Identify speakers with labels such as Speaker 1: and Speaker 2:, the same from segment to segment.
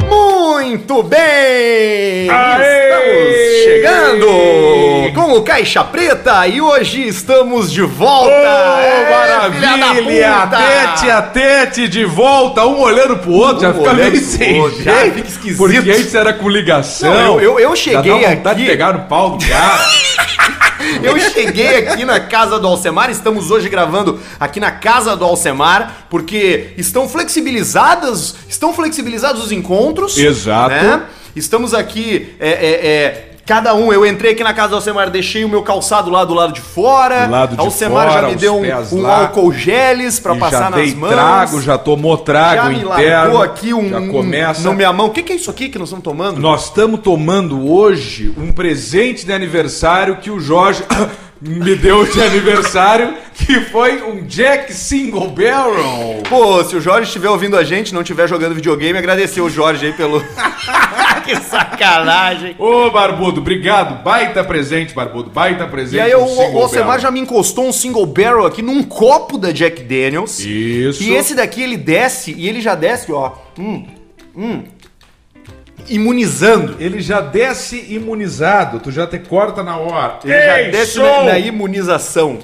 Speaker 1: Muito bem!
Speaker 2: Aê!
Speaker 1: Estamos chegando com o Caixa Preta e hoje estamos de volta! É, filha da
Speaker 2: maravilha!
Speaker 1: puta!
Speaker 2: Tete a tete de volta, um olhando pro outro,
Speaker 1: Um
Speaker 2: já fica
Speaker 1: olhando
Speaker 2: meio
Speaker 1: pro
Speaker 2: sem
Speaker 1: outro,
Speaker 2: jeito.
Speaker 1: já fica esquisito.
Speaker 2: Porque antes era com ligação.
Speaker 1: Não, eu- eu- eu cheguei
Speaker 2: já dá vontade
Speaker 1: aqui-
Speaker 2: de pegar no pau do cara.
Speaker 1: Eu cheguei aqui na casa do Alcemar, estamos hoje gravando aqui na casa do Alcemar, porque estão flexibilizadas, estão flexibilizados os encontros.
Speaker 2: Exato.
Speaker 1: né? Estamos aqui, é, é, é, cada um, eu entrei aqui na casa do Alcemar, deixei o meu calçado lá do lado de fora.
Speaker 2: Do lado de
Speaker 1: Alcemar já
Speaker 2: fora,
Speaker 1: me
Speaker 2: os
Speaker 1: deu
Speaker 2: pés
Speaker 1: um, um
Speaker 2: lá.
Speaker 1: álcool geles pra
Speaker 2: E
Speaker 1: passar
Speaker 2: já dei
Speaker 1: nas mãos.
Speaker 2: trago, já tomou trago
Speaker 1: já me
Speaker 2: interno.
Speaker 1: largou aqui um,
Speaker 2: já começa.
Speaker 1: na minha mão. O que, que é isso aqui que nós estamos tomando?
Speaker 2: Nós estamos tomando hoje um presente de aniversário que o Jorge me deu de aniversário, que foi um Jack Single Barrel.
Speaker 1: Pô, se o Jorge estiver ouvindo a gente, não estiver jogando videogame, agradecer o Jorge aí pelo. que sacanagem!
Speaker 2: Ô, Barbudo, obrigado. Baita presente, Barbudo. Baita presente.
Speaker 1: E aí, o,
Speaker 2: um single
Speaker 1: o Alcemar
Speaker 2: barrel.
Speaker 1: já me encostou um single barrel aqui num copo da Jack Daniels.
Speaker 2: Isso.
Speaker 1: E esse daqui ele desce, e ele já desce, ó. Hum, hum. Imunizando.
Speaker 2: Ele já desce imunizado. Tu já te corta na hora.
Speaker 1: Ele já desce na, na imunização.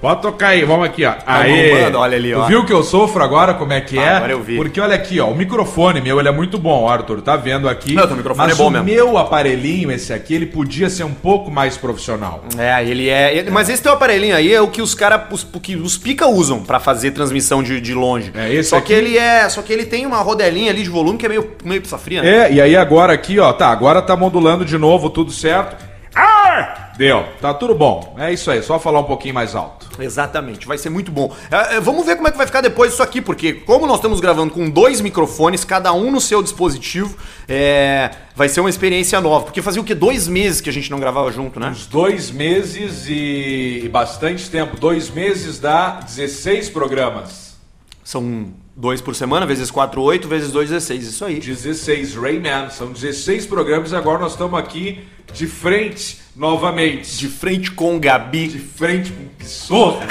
Speaker 2: Pode tocar aí, vamos aqui, ó. Aê.
Speaker 1: Tá bombando, olha ali,
Speaker 2: tu
Speaker 1: ó. Ah,
Speaker 2: viu que eu sofro agora, como é que é?
Speaker 1: Agora eu vi.
Speaker 2: Porque olha aqui, ó, o microfone meu, ele é muito bom, Arthur, tá vendo aqui.
Speaker 1: Não, teu microfone
Speaker 2: mas
Speaker 1: é bom
Speaker 2: o
Speaker 1: mesmo.
Speaker 2: meu aparelhinho, esse aqui, ele podia ser um pouco mais profissional.
Speaker 1: É, ele é. ele- mas esse teu aparelhinho aí é o que os caras. Os, o que os pica usam pra fazer transmissão de, de longe.
Speaker 2: É, esse
Speaker 1: só
Speaker 2: aqui-
Speaker 1: que ele é. Só que ele tem uma rodelinha ali de volume que é meio, meio pizza fria, né?
Speaker 2: É, e aí agora aqui, ó, tá, agora tá modulando de novo, tudo certo. Ah! Deu, tá tudo bom. É isso aí, só falar um pouquinho mais alto.
Speaker 1: Exatamente, vai ser muito bom. É, é, vamos ver como é que vai ficar depois isso aqui, porque como nós estamos gravando com dois microfones, cada um no seu dispositivo, é, vai ser uma experiência nova. Porque fazia o quê? Dois meses que a gente não gravava junto, né?
Speaker 2: Uns dois meses e, e bastante tempo. Dois meses dá 16 programas.
Speaker 1: São dois por semana, vezes quatro, oito, vezes dois, dezesseis. Isso aí.
Speaker 2: 16, Rayman. São 16 programas e agora nós estamos aqui de frente novamente.
Speaker 1: De frente com o Gabi.
Speaker 2: de frente com o Pissota.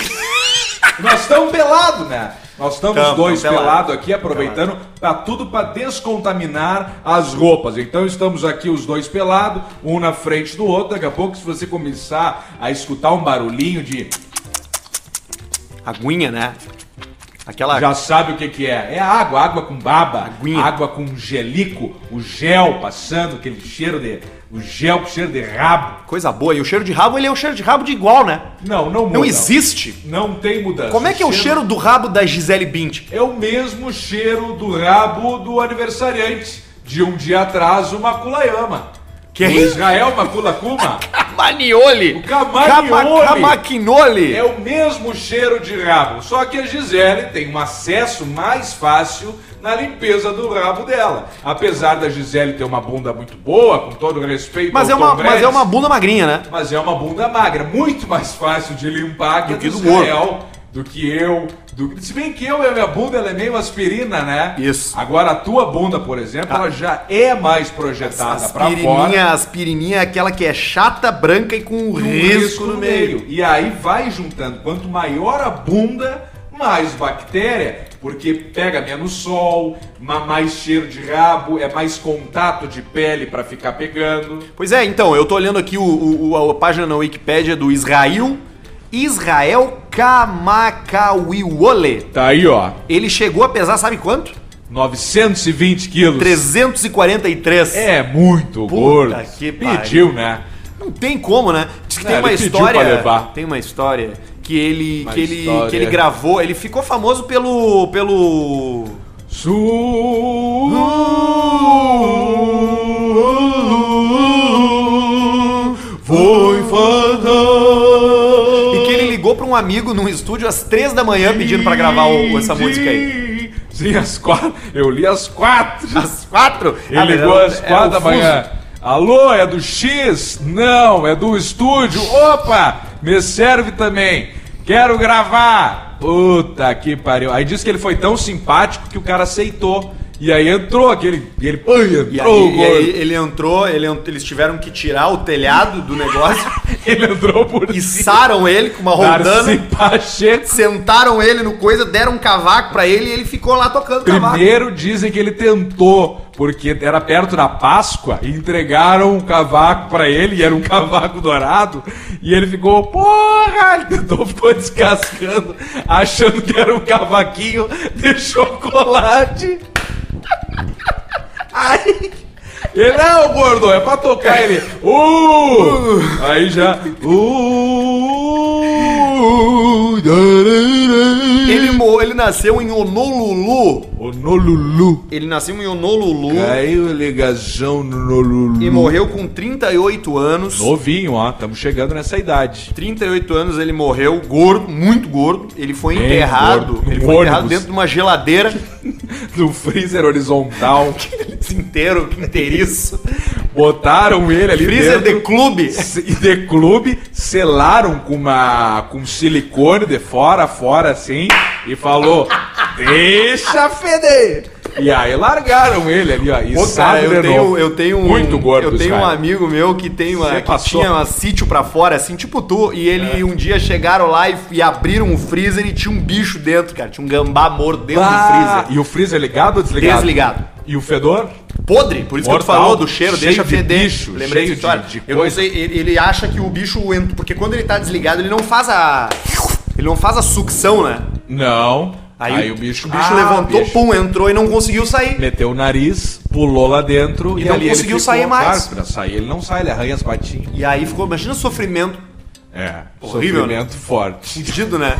Speaker 2: Nós estamos pelados, né? Nós estamos
Speaker 1: Tamo,
Speaker 2: dois
Speaker 1: tamo pelado.
Speaker 2: pelados aqui, aproveitando tá tudo para descontaminar as roupas. Então estamos aqui os dois pelados, um na frente do outro. Daqui a pouco, se você começar a escutar um barulhinho de.
Speaker 1: Aguinha, né? Aquela.
Speaker 2: Já sabe o que, que é? É água, água com baba,
Speaker 1: Aguinha.
Speaker 2: água com gelico, o gel passando, aquele cheiro de. O gel com cheiro de rabo.
Speaker 1: Coisa boa. E o cheiro de rabo, ele é o cheiro de rabo de igual, né?
Speaker 2: Não, não muda.
Speaker 1: Não existe.
Speaker 2: Não tem mudança.
Speaker 1: Como é que é o cheiro do rabo da Gisele Bint?
Speaker 2: é o mesmo cheiro do rabo do aniversariante de um dia atrás, o Maculayama.
Speaker 1: Quem?
Speaker 2: O Israel Maculacuma
Speaker 1: Manioli!
Speaker 2: O Camagnoli.
Speaker 1: Cama- Camagnoli!
Speaker 2: é o mesmo cheiro de rabo, só que a Gisele tem um acesso mais fácil na limpeza do rabo dela. Apesar da Gisele ter uma bunda muito boa, com todo o respeito
Speaker 1: Mas é,
Speaker 2: ao
Speaker 1: uma,
Speaker 2: Tom
Speaker 1: mas é
Speaker 2: Brady,
Speaker 1: uma bunda magrinha, né?
Speaker 2: mas é uma bunda magra, muito mais fácil de limpar que
Speaker 1: Do
Speaker 2: a
Speaker 1: que
Speaker 2: do
Speaker 1: do gordo.
Speaker 2: Israel, do que eu. Do... Se bem que eu e a minha bunda ela é meio aspirina, né?
Speaker 1: Isso. Ah.
Speaker 2: Agora a tua bunda, por exemplo, ela já é mais projetada tá pra fora.
Speaker 1: Aspirininha, aspirininha é aquela que é chata, branca e com um
Speaker 2: com
Speaker 1: risco, no meio.
Speaker 2: E aí vai juntando. Quanto maior a bunda, mais bactéria. Porque pega menos sol, ma- mais cheiro de rabo, é mais contato de pele pra ficar pegando.
Speaker 1: Pois é, então, eu tô olhando aqui o, o- o- a página na Wikipédia do Israel. Israel Kamakawiwole.
Speaker 2: Tá aí, ó.
Speaker 1: Ele chegou a pesar, sabe quanto?
Speaker 2: 920 quilos.
Speaker 1: 343.
Speaker 2: É muito gordo.
Speaker 1: que
Speaker 2: Pediu, né?
Speaker 1: Não tem como, né? Diz que
Speaker 2: É,
Speaker 1: tem
Speaker 2: ele
Speaker 1: uma
Speaker 2: pediu
Speaker 1: história.
Speaker 2: pra levar.
Speaker 1: Tem uma história que ele,
Speaker 2: Uma
Speaker 1: que ele,
Speaker 2: história.
Speaker 1: que ele gravou. Ele ficou famoso pelo. pelo.
Speaker 2: Vou
Speaker 1: E que
Speaker 2: Oh.
Speaker 1: ele ligou pra um amigo num estúdio às três da manhã tá pedindo pra gravar o- essa música aí.
Speaker 2: Sim, às quatro. Eu li às quatro.
Speaker 1: Às quatro?
Speaker 2: Ele
Speaker 1: Ah, mas
Speaker 2: ligou
Speaker 1: é-
Speaker 2: às
Speaker 1: é
Speaker 2: quatro
Speaker 1: o
Speaker 2: da
Speaker 1: fuso.
Speaker 2: manhã. Alô, é do X? Não, é do estúdio. Opa, me serve também. Quero gravar. Puta que pariu. Aí disse que ele foi tão simpático que o cara aceitou. E aí entrou aquele. E ele. Ai,
Speaker 1: E aí,
Speaker 2: entrou, o
Speaker 1: e aí
Speaker 2: gordo.
Speaker 1: ele entrou, ele ent- eles tiveram que tirar o telhado do negócio,
Speaker 2: Ele entrou por
Speaker 1: içaram ele com uma
Speaker 2: Darcy
Speaker 1: rodana,
Speaker 2: Pacheco.
Speaker 1: sentaram ele no coisa, deram um cavaco pra ele e ele ficou lá tocando cavaco.
Speaker 2: Primeiro dizem que ele tentou, porque era perto da Páscoa, e entregaram um cavaco pra ele, e era um cavaco dourado, e ele ficou, porra! Ele tentou, ficou descascando, achando que era um cavaquinho de chocolate. Aí. Ele, não, gordo, é pra tocar ele. Uh! Aí já. Uh!
Speaker 1: Ele, mo- ele nasceu em Honolulu.
Speaker 2: Honolulu.
Speaker 1: Ele nasceu em Honolulu
Speaker 2: Caiu a ligação no
Speaker 1: e
Speaker 2: Lulu.
Speaker 1: morreu com 38 anos.
Speaker 2: Novinho, ó. Estamos chegando nessa idade.
Speaker 1: 38 anos ele morreu, gordo, muito gordo. Ele foi
Speaker 2: Bem
Speaker 1: enterrado.
Speaker 2: gordo,
Speaker 1: Ele
Speaker 2: num
Speaker 1: foi enterrado
Speaker 2: ônibus.
Speaker 1: dentro de uma geladeira
Speaker 2: No freezer horizontal.
Speaker 1: inteiro, inteiriço.
Speaker 2: Botaram ele ali
Speaker 1: Freezer de
Speaker 2: dentro.
Speaker 1: clube.
Speaker 2: E de clube selaram com uma com silicone de fora a fora assim e falou: "Deixa feder". E aí largaram ele ali, ó. E
Speaker 1: Ô, cara,
Speaker 2: sabe
Speaker 1: eu
Speaker 2: de
Speaker 1: tenho,
Speaker 2: novo.
Speaker 1: eu tenho um,
Speaker 2: muito gordo
Speaker 1: eu
Speaker 2: esse
Speaker 1: tenho um
Speaker 2: cara.
Speaker 1: amigo meu que tem uma
Speaker 2: Você
Speaker 1: que
Speaker 2: passou. É.
Speaker 1: tinha um sítio pra fora assim, tipo tu, e ele um dia chegaram lá e, e abriram o freezer e tinha um bicho dentro, cara, tinha um gambá morto dentro
Speaker 2: Ah,
Speaker 1: do freezer.
Speaker 2: E o freezer ligado ou desligado?
Speaker 1: Desligado.
Speaker 2: E o fedor?
Speaker 1: Podre, por isso que tu
Speaker 2: Mortal,
Speaker 1: falou do cheiro,
Speaker 2: cheio
Speaker 1: deixa
Speaker 2: de
Speaker 1: feder.
Speaker 2: bicho,
Speaker 1: Lembrei
Speaker 2: cheio
Speaker 1: da história.
Speaker 2: de- de
Speaker 1: eu não
Speaker 2: coisa.
Speaker 1: sei, ele, ele acha que o bicho entra, porque quando ele tá desligado, ele não faz a ele não faz a sucção, né?
Speaker 2: Não. Aí, o bicho,
Speaker 1: o bicho
Speaker 2: Ah,
Speaker 1: levantou,
Speaker 2: bicho.
Speaker 1: pum, entrou e não conseguiu sair.
Speaker 2: meteu o nariz, pulou lá dentro
Speaker 1: E não
Speaker 2: ali ele
Speaker 1: conseguiu
Speaker 2: ficou,
Speaker 1: sair mais.
Speaker 2: Claro, pra sair ele não sai, ele arranha as patinhas.
Speaker 1: E aí ficou, imagina o sofrimento
Speaker 2: É,
Speaker 1: Horrível, né?
Speaker 2: sofrimento forte.
Speaker 1: Fudido, né?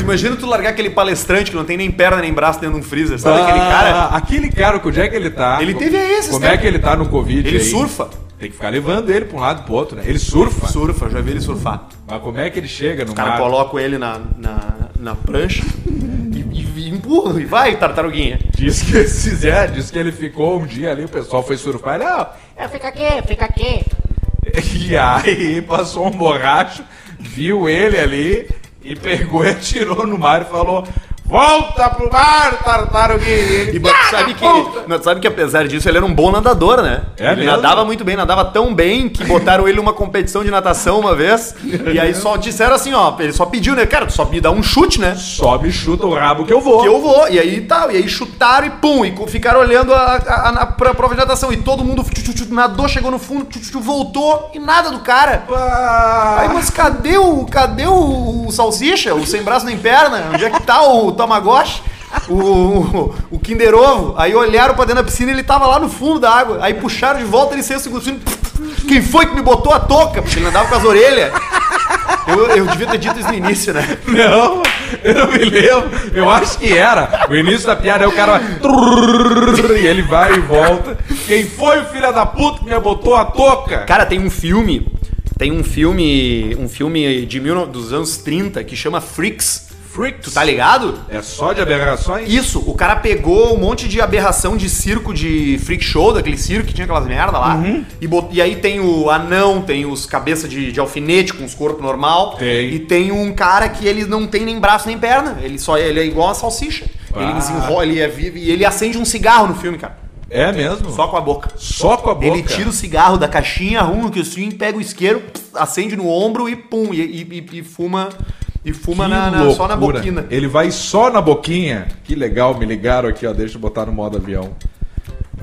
Speaker 1: Imagina tu largar aquele palestrante que não tem nem perna nem braço dentro de um freezer, sabe aquele cara?
Speaker 2: Ah, aquele cara, onde é que ele tá?
Speaker 1: Ele teve aí esses
Speaker 2: Como é
Speaker 1: tempos.
Speaker 2: que ele tá no Covid?
Speaker 1: Ele
Speaker 2: aí?
Speaker 1: surfa.
Speaker 2: Tem que ficar levando ele pra um lado e pro outro, né? Ele surfa.
Speaker 1: Surfa, eu já vi ele surfar.
Speaker 2: Mas como é que ele chega no
Speaker 1: O cara
Speaker 2: mar?
Speaker 1: coloca ele na, na, na prancha e, e- e empurra, e vai, tartaruguinha.
Speaker 2: Diz que, esses- é, diz que ele ficou um dia ali, o pessoal foi surfar. Ele, "Ah,
Speaker 3: É, fica aqui, fica aqui.
Speaker 2: E aí passou um borracho, viu ele ali e pegou e atirou no mar e falou: Volta pro mar, tartaruguinha! E ele,
Speaker 1: E mas tu
Speaker 2: "Cara,
Speaker 1: sabe que,
Speaker 2: puta!"
Speaker 1: mas tu sabe que apesar disso ele era um bom nadador, né?
Speaker 2: É
Speaker 1: ele
Speaker 2: mesmo?
Speaker 1: nadava muito bem, nadava tão bem que botaram ele numa competição de natação uma vez. e aí só disseram assim, ó, ele só pediu, né? Cara, tu só me dá um chute, né?
Speaker 2: Só me chuta o rabo que eu vou.
Speaker 1: que eu vou. E aí tal, e aí chutaram e pum, e co- ficaram olhando a, a, a- pra prova de natação. E todo mundo tchu, tchu, tchu, nadou, chegou no fundo, tchu, tchu, tchu, voltou e nada do cara. Aí,
Speaker 2: Ah,
Speaker 1: mas cadê o. Cadê o, o salsicha? O sem braço nem perna? Onde é que tá o Tamagotchi? O, o, o Kinder Ovo? Aí olharam pra dentro da piscina e ele tava lá no fundo da água. Aí puxaram de volta, ele saiu segundo Quem foi que me botou a touca? Porque ele andava com as orelhas. Eu, eu devia ter dito isso no início, né?
Speaker 2: Não, eu não me lembro. Eu acho que era. O início da piada é o cara vai. trrr, E ele vai e volta. Quem foi o filho da puta que me botou a touca?
Speaker 1: Cara, tem um filme. Tem um filme. Um filme de mil, dos anos 30 que chama Freaks.
Speaker 2: Freaks.
Speaker 1: Tu tá ligado?
Speaker 2: É só de aberrações?
Speaker 1: Isso, o cara pegou um monte de aberração de circo de freak show, daquele circo que tinha aquelas merda lá.
Speaker 2: Uhum.
Speaker 1: E, bot- e aí tem o anão, tem os cabeça de, de alfinete com os corpos normal.
Speaker 2: Tem.
Speaker 1: E tem um cara que ele não tem nem braço nem perna. Ele só ele é igual uma salsicha. Ele
Speaker 2: Ah.
Speaker 1: desenrola, ele é vivo e ele acende um cigarro no filme, cara.
Speaker 2: É mesmo?
Speaker 1: Só com a boca.
Speaker 2: Só com a boca.
Speaker 1: Ele tira o cigarro da caixinha, arruma o que o swing, pega o isqueiro, pss, acende no ombro e pum, e, e- e- e fuma, e fuma
Speaker 2: Que
Speaker 1: na- na- só na
Speaker 2: loucura.
Speaker 1: boquina.
Speaker 2: Ele vai só na boquinha. Que legal, me ligaram aqui, ó. Deixa eu botar no modo avião.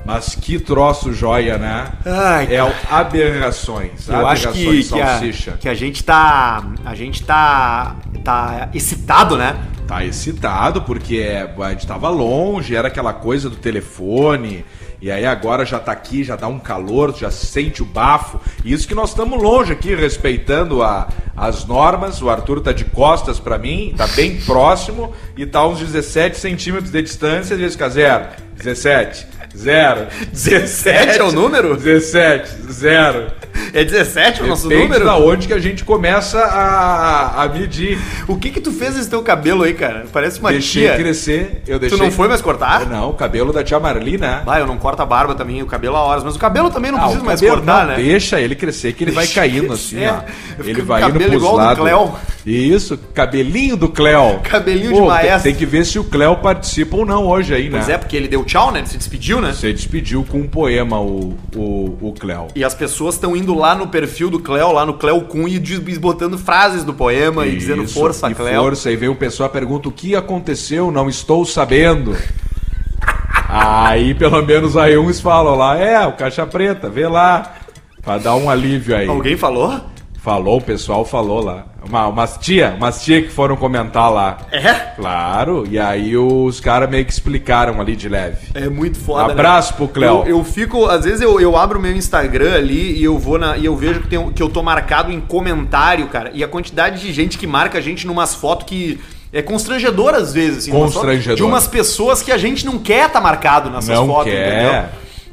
Speaker 2: Mas que troço joia, né?
Speaker 1: Ai,
Speaker 2: é o aberrações.
Speaker 1: Eu acho que, que, a,
Speaker 2: salsicha.
Speaker 1: que a gente tá. A gente tá tá excitado, né?
Speaker 2: Tá excitado, porque é, a gente tava longe, era aquela coisa do telefone. E aí agora já tá aqui, já dá um calor, já sente o bafo. E isso que nós estamos longe aqui, respeitando a- as normas. O Arthur tá de costas pra mim, tá bem próximo e tá a uns 17 centímetros de distância, às vezes fica zero, 17, zero,
Speaker 1: 17 é o número?
Speaker 2: 17, zero.
Speaker 1: É 17 o nosso
Speaker 2: Depende
Speaker 1: número?
Speaker 2: da onde que a gente começa a, a medir.
Speaker 1: O que que tu fez esse teu cabelo aí, cara? Parece uma
Speaker 2: deixei
Speaker 1: tia.
Speaker 2: crescer, eu
Speaker 1: Tu
Speaker 2: deixei...
Speaker 1: não foi mais cortar?
Speaker 2: Não, o cabelo da tia Marlina.
Speaker 1: Vai, eu Ah. não corto a barba também, o cabelo a horas. Mas o cabelo também não
Speaker 2: Ah,
Speaker 1: preciso
Speaker 2: o
Speaker 1: mais
Speaker 2: cabelo
Speaker 1: cortar,
Speaker 2: não,
Speaker 1: né?
Speaker 2: Deixa ele crescer, que ele vai caindo assim,
Speaker 1: É,
Speaker 2: ó.
Speaker 1: eu
Speaker 2: Ele
Speaker 1: fico com
Speaker 2: vai indo
Speaker 1: cabelo
Speaker 2: pros
Speaker 1: igual do
Speaker 2: lados.
Speaker 1: Cléo.
Speaker 2: Isso, cabelinho do Cléo.
Speaker 1: Cabelinho de maestro.
Speaker 2: Tem que ver se o Cléo participa ou não hoje aí, né?
Speaker 1: Pois é, porque ele deu tchau, né? Ele se despediu, né?
Speaker 2: Você despediu com um poema o, o, o Cléo.
Speaker 1: E as pessoas estão indo lá no perfil do Cléo, lá no Cléo Kun, e diz- botando frases do poema e dizendo
Speaker 2: Isso,
Speaker 1: força,
Speaker 2: e
Speaker 1: Cléo.
Speaker 2: Força, e veio o pessoal e pergunta o que aconteceu, não estou sabendo. aí pelo menos aí uns falam lá, é, o caixa preta, vê lá. Pra dar um alívio aí.
Speaker 1: Alguém falou?
Speaker 2: Falou, o pessoal falou lá. Uma, umas tia, umas tia que foram comentar lá.
Speaker 1: É?
Speaker 2: Claro, e aí os caras meio que explicaram ali de leve.
Speaker 1: É muito foda. né?
Speaker 2: Abraço pro Cléo.
Speaker 1: Eu, eu fico, às vezes eu, eu abro o meu Instagram ali e eu vou na, e eu vejo que, tem, um- que eu tô marcado em comentário, cara. E a quantidade de gente que marca a gente numas fotos que é constrangedor às vezes, assim, numas fotos
Speaker 2: Constrangedor.
Speaker 1: de umas pessoas que a gente não quer tá marcado nessas
Speaker 2: Não
Speaker 1: fotos,
Speaker 2: quer.
Speaker 1: entendeu?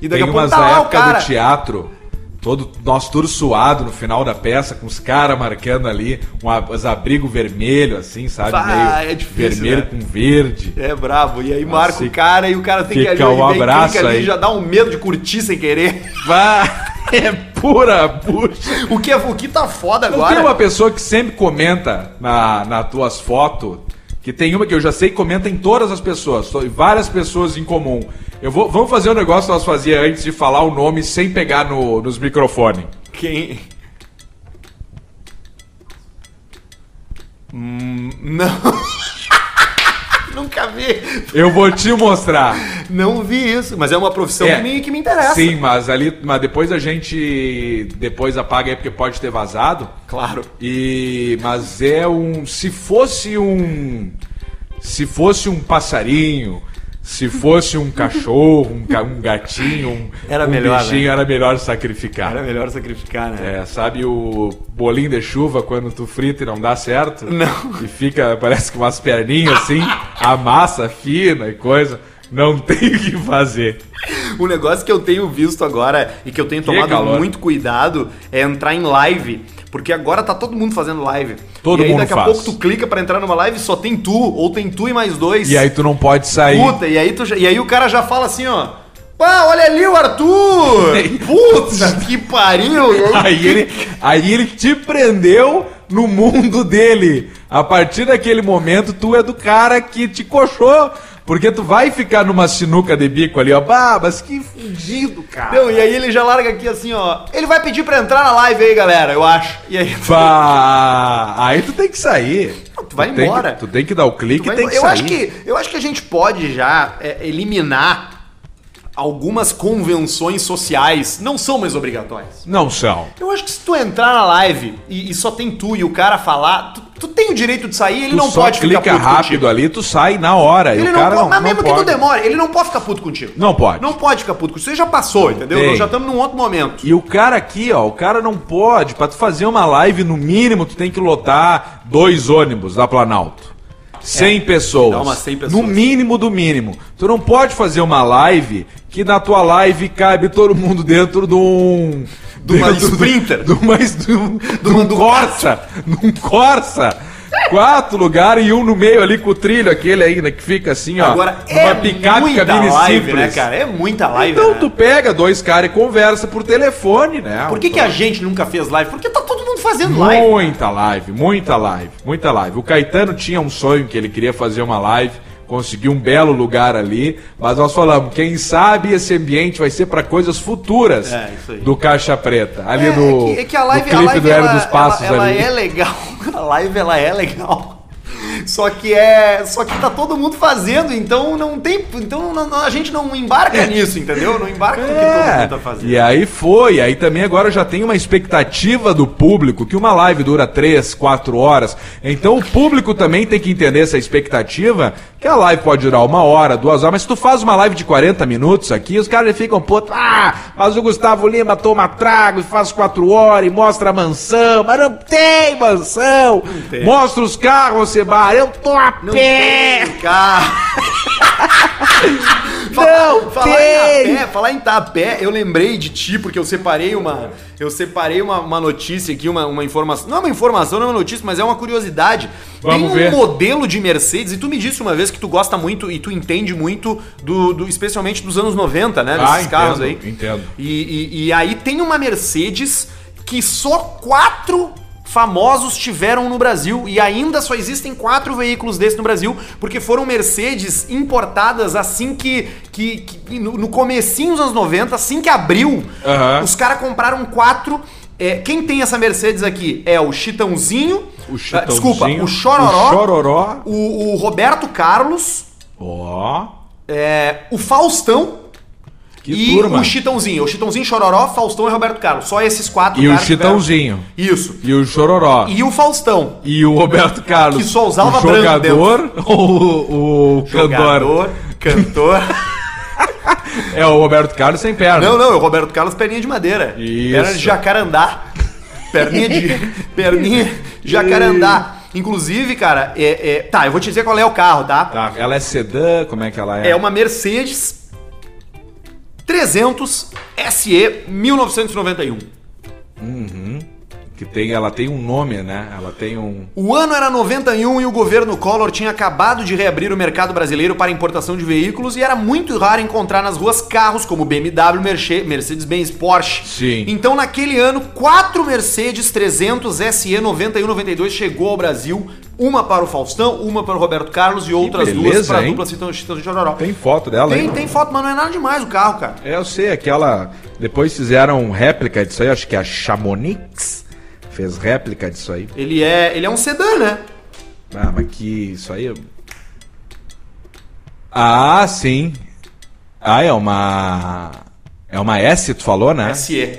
Speaker 1: E daqui
Speaker 2: Tem
Speaker 1: a pouco
Speaker 2: umas
Speaker 1: tá
Speaker 2: da
Speaker 1: lá o
Speaker 2: época
Speaker 1: cara.
Speaker 2: do teatro, todo, nós tudo suado no final da peça, com os caras marcando ali, um ab- os abrigo vermelho, assim, sabe?
Speaker 1: Vai,
Speaker 2: meio
Speaker 1: é difícil,
Speaker 2: vermelho
Speaker 1: né?
Speaker 2: com verde.
Speaker 1: É brabo, e aí
Speaker 2: Nossa,
Speaker 1: marca o
Speaker 2: fica-
Speaker 1: cara e o cara tem que ir
Speaker 2: fica
Speaker 1: ali,
Speaker 2: um
Speaker 1: e vem,
Speaker 2: abraço
Speaker 1: clica ali,
Speaker 2: aí.
Speaker 1: já dá um medo de curtir sem querer.
Speaker 2: Vai, é pura bucha.
Speaker 1: O que, é, o que tá foda
Speaker 2: Não tem
Speaker 1: agora?
Speaker 2: uma pessoa que sempre comenta na, nas tuas fotos, que tem uma que eu já sei que comenta em todas as pessoas, so- várias pessoas em comum. Eu vou, vamos fazer um negócio que nós fazia antes de falar o nome sem pegar no- nos microfones.
Speaker 1: Quem? Hum, não. Nunca vi.
Speaker 2: Eu vou te mostrar.
Speaker 1: Não vi isso, mas é uma profissão
Speaker 2: É.
Speaker 1: que, me, que me interessa.
Speaker 2: Sim, mas ali, mas depois a gente depois apaga aí porque pode ter vazado.
Speaker 1: Claro.
Speaker 2: E mas é um, se fosse um, se fosse um passarinho, se fosse um cachorro, um, ca- um gatinho, um,
Speaker 1: Era
Speaker 2: um
Speaker 1: melhor, né?
Speaker 2: bichinho, era melhor sacrificar.
Speaker 1: Era é melhor sacrificar, né?
Speaker 2: É, sabe o bolinho de chuva quando tu frita e não dá certo?
Speaker 1: Não.
Speaker 2: E fica, parece com umas perninhas assim, a massa fina e coisa. Não tem o que fazer.
Speaker 1: O negócio que eu tenho visto agora e que eu tenho
Speaker 2: Que
Speaker 1: tomado
Speaker 2: calor.
Speaker 1: muito cuidado é entrar em live. Porque agora tá todo mundo fazendo live.
Speaker 2: Todo
Speaker 1: e aí
Speaker 2: mundo
Speaker 1: daqui
Speaker 2: faz.
Speaker 1: a pouco tu clica pra entrar numa live e só tem tu, ou tem tu e mais dois.
Speaker 2: E aí tu não pode sair.
Speaker 1: Puta, e aí, tu, já- e aí o cara já fala assim, ó. Pá, olha ali o Arthur! Puta que pariu! E aí-
Speaker 2: Aí ele, aí ele te prendeu no mundo dele. A partir daquele momento, tu é do cara que te coxou. Porque tu vai ficar numa sinuca de bico ali, ó. Bah, mas que fudido, cara.
Speaker 1: Não, e aí ele já larga aqui assim, ó. Ele vai pedir pra entrar na live aí, galera, eu acho. E aí.
Speaker 2: Bah, aí tu tem que sair.
Speaker 1: Não, tu vai
Speaker 2: tem
Speaker 1: embora.
Speaker 2: que- tu tem que dar o clique e
Speaker 1: Vai
Speaker 2: tem
Speaker 1: embora.
Speaker 2: que
Speaker 1: eu,
Speaker 2: sair.
Speaker 1: acho que, eu acho que a gente pode já é, eliminar algumas convenções sociais. Não são mais obrigatórias.
Speaker 2: Não são.
Speaker 1: Eu acho que se tu entrar na live e, e só tem tu e o cara falar, tu, tu tem o direito de sair, ele
Speaker 2: Tu
Speaker 1: não
Speaker 2: só
Speaker 1: pode
Speaker 2: clica
Speaker 1: ficar puto
Speaker 2: rápido
Speaker 1: contigo.
Speaker 2: ali, tu sai na hora. e
Speaker 1: Ele
Speaker 2: o
Speaker 1: não
Speaker 2: cara
Speaker 1: pode,
Speaker 2: não,
Speaker 1: mas
Speaker 2: não
Speaker 1: mesmo que
Speaker 2: pode.
Speaker 1: tu demore, ele não pode ficar puto contigo.
Speaker 2: Não pode.
Speaker 1: Não pode ficar puto contigo. Você já passou, entendeu?
Speaker 2: Tem.
Speaker 1: Nós já estamos num outro momento.
Speaker 2: E o cara aqui, ó, o cara não pode. Pra tu fazer uma live, no mínimo, tu tem que lotar dois ônibus da Planalto. 100 pessoas.
Speaker 1: É, Dá umas 100 pessoas.
Speaker 2: No mínimo do mínimo. Tu não pode fazer uma live que na tua live cabe todo mundo dentro de um.
Speaker 1: De uma
Speaker 2: dentro do-
Speaker 1: Sprinter.
Speaker 2: De, uma, de um, de
Speaker 1: uma
Speaker 2: um
Speaker 1: Ducati.
Speaker 2: Corsa. De um Corsa. Quatro lugares e um no meio ali com o trilho, aquele ainda que fica assim, ó.
Speaker 1: Agora
Speaker 2: uma
Speaker 1: é
Speaker 2: picape
Speaker 1: muita
Speaker 2: cabine
Speaker 1: live,
Speaker 2: simples.
Speaker 1: né, cara? É muita live,
Speaker 2: Então
Speaker 1: né?
Speaker 2: tu pega dois caras e conversa por telefone, né?
Speaker 1: Por que, que a gente nunca fez live? Porque tá todo mundo fazendo live.
Speaker 2: Muita live, muita live, muita live. O Caetano tinha um sonho que ele queria fazer uma live, conseguiu um belo lugar ali, mas nós falamos, quem sabe esse ambiente vai ser para coisas futuras
Speaker 1: É, isso aí.
Speaker 2: do Caixa Preta, ali
Speaker 1: É,
Speaker 2: no,
Speaker 1: é que, é que a live,
Speaker 2: no clipe
Speaker 1: a live
Speaker 2: do Hélio
Speaker 1: ela, é
Speaker 2: dos Passos
Speaker 1: ela, ela
Speaker 2: ali.
Speaker 1: é legal. A live ela é legal. Só que é. Só que tá todo mundo fazendo, então não tem. Então não- não- a gente não embarca nisso, entendeu? Não embarca no que todo mundo tá fazendo.
Speaker 2: É. E aí foi, aí também agora já tem uma expectativa do público, que uma live dura 3, 4 horas. Então o público também tem que entender essa expectativa, que a live pode durar uma hora, duas horas, mas se tu faz uma live de 40 minutos aqui, os caras ficam puto, ah, mas o Gustavo Lima toma trago e faz 4 horas e mostra a mansão, mas não tem mansão, mostra os carros, Sebar, eu tô a
Speaker 1: Não
Speaker 2: pé.
Speaker 1: tem carro.
Speaker 2: Não
Speaker 1: falar
Speaker 2: tem!
Speaker 1: em Itapé, falar em Itapé, eu lembrei de ti porque eu separei uma, eu separei uma, uma notícia aqui, uma, uma informação, não é uma informação, não é uma notícia, mas é uma curiosidade.
Speaker 2: Vamos
Speaker 1: Tem um
Speaker 2: ver.
Speaker 1: modelo de Mercedes e tu me disse uma vez que tu gosta muito e tu entende muito do, do- especialmente dos anos 90, né,
Speaker 2: Ah,
Speaker 1: desses carros aí.
Speaker 2: entendo, entendo.
Speaker 1: E, e- e aí tem uma Mercedes que só quatro famosos tiveram no Brasil e ainda só existem quatro veículos desse no Brasil porque foram Mercedes importadas assim que, que, que- no, no comecinho dos anos 90, assim que abriu,
Speaker 2: Aham.
Speaker 1: os caras compraram quatro. É, quem tem essa Mercedes aqui é o Chitãozinho,
Speaker 2: O Chitãozinho,
Speaker 1: ah, desculpa, o Chororó,
Speaker 2: o Chororó.
Speaker 1: o- o Roberto Carlos,
Speaker 2: Ó,
Speaker 1: é, o Faustão
Speaker 2: que
Speaker 1: e
Speaker 2: turma.
Speaker 1: o Chitãozinho. O Chitãozinho Chororó, Faustão e Roberto Carlos. Só esses quatro
Speaker 2: E o
Speaker 1: caras tiveram-
Speaker 2: Chitãozinho.
Speaker 1: Isso.
Speaker 2: E o Chororó.
Speaker 1: E o Faustão.
Speaker 2: E o Roberto Carlos.
Speaker 1: Que só usava
Speaker 2: o
Speaker 1: branco
Speaker 2: jogador ou o, o cantor?
Speaker 1: Jogador, cantor.
Speaker 2: É o Roberto Carlos sem perna.
Speaker 1: não, não, é o Roberto Carlos, perninha de madeira.
Speaker 2: Isso.
Speaker 1: Perna de jacarandá. Perninha de. perninha de jacarandá. Inclusive, cara, é, é- Tá, eu vou te dizer qual é o carro, tá?
Speaker 2: Tá, ela é sedã, como é que ela é?
Speaker 1: É uma Mercedes 300 SE 1991.
Speaker 2: Que tem, ela tem um nome, né? Ela tem um.
Speaker 1: O ano era 91 e o governo Collor tinha acabado de reabrir o mercado brasileiro para importação de veículos e era muito raro encontrar nas ruas carros como BMW, Merche- Mercedes-Benz, Porsche.
Speaker 2: Sim.
Speaker 1: Então, naquele ano, quatro Mercedes 300 SE 91 92 chegou ao Brasil, uma para o Faustão, uma para o Roberto Carlos e outras duas
Speaker 2: beleza,
Speaker 1: para a
Speaker 2: hein?
Speaker 1: dupla Chitão Chitão de Chororó.
Speaker 2: Tem foto dela,
Speaker 1: Tem,
Speaker 2: hein?
Speaker 1: tem foto, mas não é nada demais o carro, cara.
Speaker 2: É, Eu sei, aquela. Depois fizeram réplica disso aí, acho que é a Chamonix fez réplica disso aí.
Speaker 1: Ele é, ele é um sedã, né?
Speaker 2: Ah, mas que isso aí. Ah, sim. Ah, é uma. É uma S, tu falou, né?
Speaker 1: SE.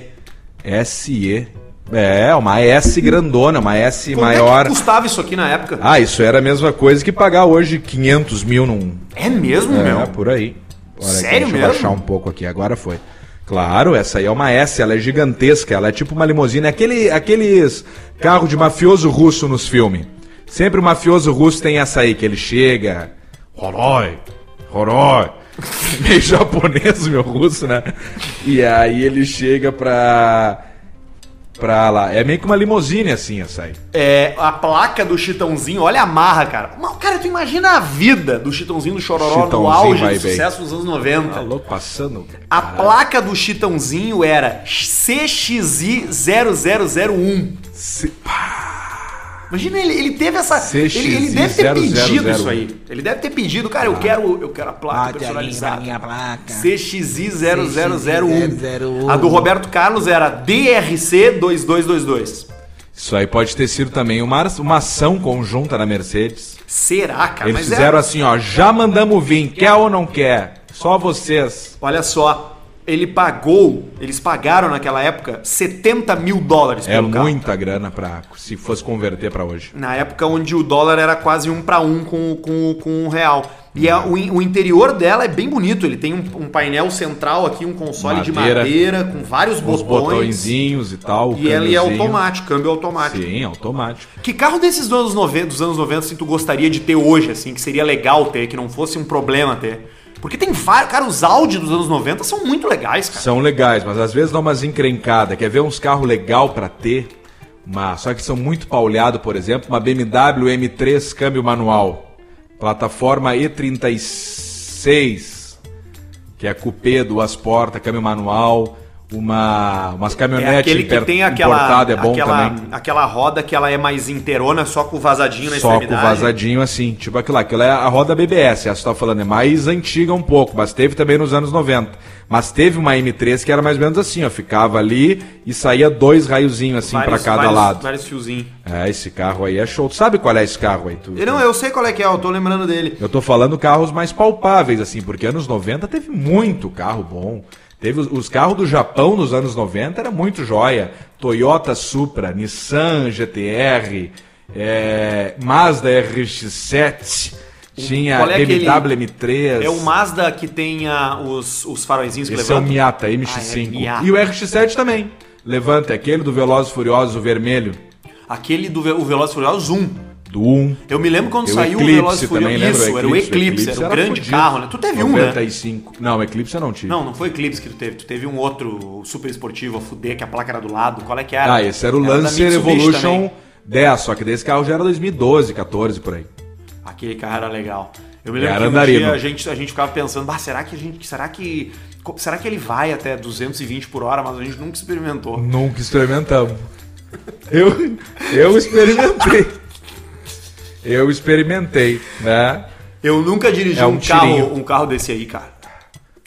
Speaker 2: SE. É, uma S grandona, uma S
Speaker 1: Quanto
Speaker 2: maior.
Speaker 1: é que custava isso aqui na época?
Speaker 2: Ah, isso era a mesma coisa que pagar hoje 500 mil num.
Speaker 1: É mesmo,
Speaker 2: É,
Speaker 1: meu?
Speaker 2: por aí. Olha aqui,
Speaker 1: Sério
Speaker 2: deixa eu
Speaker 1: mesmo?
Speaker 2: baixar um pouco aqui, agora foi. Claro, essa aí é uma S, ela é gigantesca, ela é tipo uma limusine, é aquele, aqueles carro de mafioso russo nos filmes. Sempre o mafioso russo tem essa aí, que ele chega. Horoi! Horoi! Meio japonês, meu russo, né? E aí ele chega pra. pra lá. É meio que uma limusine assim, essa aí.
Speaker 1: É, a placa do Chitãozinho, olha a marra, cara. Mas, cara, tu imagina a vida do Chitãozinho do Chororó no
Speaker 2: Chitãozinho
Speaker 1: auge
Speaker 2: vai
Speaker 1: do
Speaker 2: bem.
Speaker 1: sucesso dos anos 90.
Speaker 2: Tá louco passando.
Speaker 1: a placa do Chitãozinho era CXI0001.
Speaker 2: Se-
Speaker 1: Imagina, ele, ele teve essa.
Speaker 2: CXI
Speaker 1: ele, ele deve ter
Speaker 2: 0001.
Speaker 1: pedido isso aí. Ele deve ter pedido, cara, eu quero eu quero a placa personalizada. CXI0001. A do Roberto Carlos era DRC2222.
Speaker 2: Isso aí pode ter sido também uma, uma ação conjunta da Mercedes.
Speaker 1: Será, cara?
Speaker 2: Eles
Speaker 1: é-
Speaker 2: fizeram assim, ó, já mandamos vir, quer ou não quer? Só vocês.
Speaker 1: Olha só, ele pagou, eles pagaram naquela época 70 mil dólares
Speaker 2: É
Speaker 1: carro.
Speaker 2: muita grana pra se fosse converter pra hoje.
Speaker 1: Na época onde o dólar era quase um para um com, com, com um real. E a- o, in- o interior dela é bem bonito. Ele tem um, um painel central aqui, um console de
Speaker 2: Madeira.
Speaker 1: madeira com vários
Speaker 2: Os
Speaker 1: botões.
Speaker 2: botõezinhos e tal. o
Speaker 1: E ele é
Speaker 2: câmbiozinho.
Speaker 1: automático, câmbio automático.
Speaker 2: Sim, automático.
Speaker 1: Que carro desses dos anos 90, dos anos 90 assim, tu gostaria de ter hoje, assim, que seria legal ter, que não fosse um problema ter? Porque tem vários. Cara, os Audi dos anos 90 são muito legais, cara.
Speaker 2: São legais, mas às vezes dá umas encrencadas. Quer ver uns carros legal pra ter? Uma, só que são muito pauleados, por exemplo, uma BMW M3 câmbio manual. Plataforma E36, que é cupê, duas portas, câmbio manual. uma, umas caminhonetes
Speaker 1: É aquele que
Speaker 2: imper-
Speaker 1: tem aquela,
Speaker 2: importada, é bom
Speaker 1: aquela,
Speaker 2: também.
Speaker 1: aquela roda que ela é mais inteirona, só com o vazadinho na
Speaker 2: Só com o
Speaker 1: extremidade.
Speaker 2: vazadinho assim, tipo aquilo lá. Aquilo é a roda BBS, essa que você tá falando, é mais antiga um pouco, mas teve também nos anos 90. Mas teve uma M3 que era mais ou menos assim, ó, ficava ali e saía dois raiozinhos assim pra
Speaker 1: Vários-
Speaker 2: cada
Speaker 1: vários-
Speaker 2: lado.
Speaker 1: Vários fiozinhos.
Speaker 2: É, esse carro aí é show. Tu sabe qual é esse carro aí? Tu,
Speaker 1: Eu Não, eu sei qual é que é, eu tô lembrando dele.
Speaker 2: Eu tô falando carros mais palpáveis, assim, porque anos 90 teve muito carro bom. Teve os, os carros do Japão nos anos 90 era muito joia. Toyota Supra, Nissan GTR, é, Mazda RX7, tinha
Speaker 1: qual é aquele-
Speaker 2: BMW M3.
Speaker 1: É o Mazda que tem ah, os, os faróizinhos que
Speaker 2: Esse é o
Speaker 1: levantam.
Speaker 2: Miata MX-5.
Speaker 1: Ah, é Miata.
Speaker 2: E o RX7 também. Levanta, é aquele do Velozes e Furiosos, o vermelho,
Speaker 1: Aquele do Ve- o Veloz Furioso Zoom.
Speaker 2: do 1.
Speaker 1: Eu me lembro quando
Speaker 2: Tem
Speaker 1: saiu o
Speaker 2: Eclipse
Speaker 1: Veloz
Speaker 2: também,
Speaker 1: Furioso.
Speaker 2: lembra?
Speaker 1: Isso, era o Eclipse, era um
Speaker 2: era
Speaker 1: grande
Speaker 2: fudido.
Speaker 1: carro, né? Tu teve um, né?
Speaker 2: 95. Não, Eclipse eu não tive.
Speaker 1: Não, não foi o Eclipse que tu teve. Tu teve um outro super esportivo, a fuder, que a placa era do lado. Qual é que era?
Speaker 2: Ah, esse era o
Speaker 1: da
Speaker 2: Lancer
Speaker 1: Mitsubishi
Speaker 2: Evolution
Speaker 1: também.
Speaker 2: 10, só que desse carro já era 2012, 14, por aí.
Speaker 1: Aquele carro era legal. Eu me
Speaker 2: Era
Speaker 1: lembro que um
Speaker 2: andarino.
Speaker 1: dia a gente, a gente ficava pensando, bah, será que a gente. Será que. co- Será que ele vai até 220 por hora, mas a gente nunca experimentou.
Speaker 2: Nunca experimentamos. Eu, eu experimentei. Eu experimentei, né?
Speaker 1: Eu nunca dirigi
Speaker 2: É
Speaker 1: um,
Speaker 2: um
Speaker 1: carro,
Speaker 2: tirinho.
Speaker 1: um carro desse aí, cara.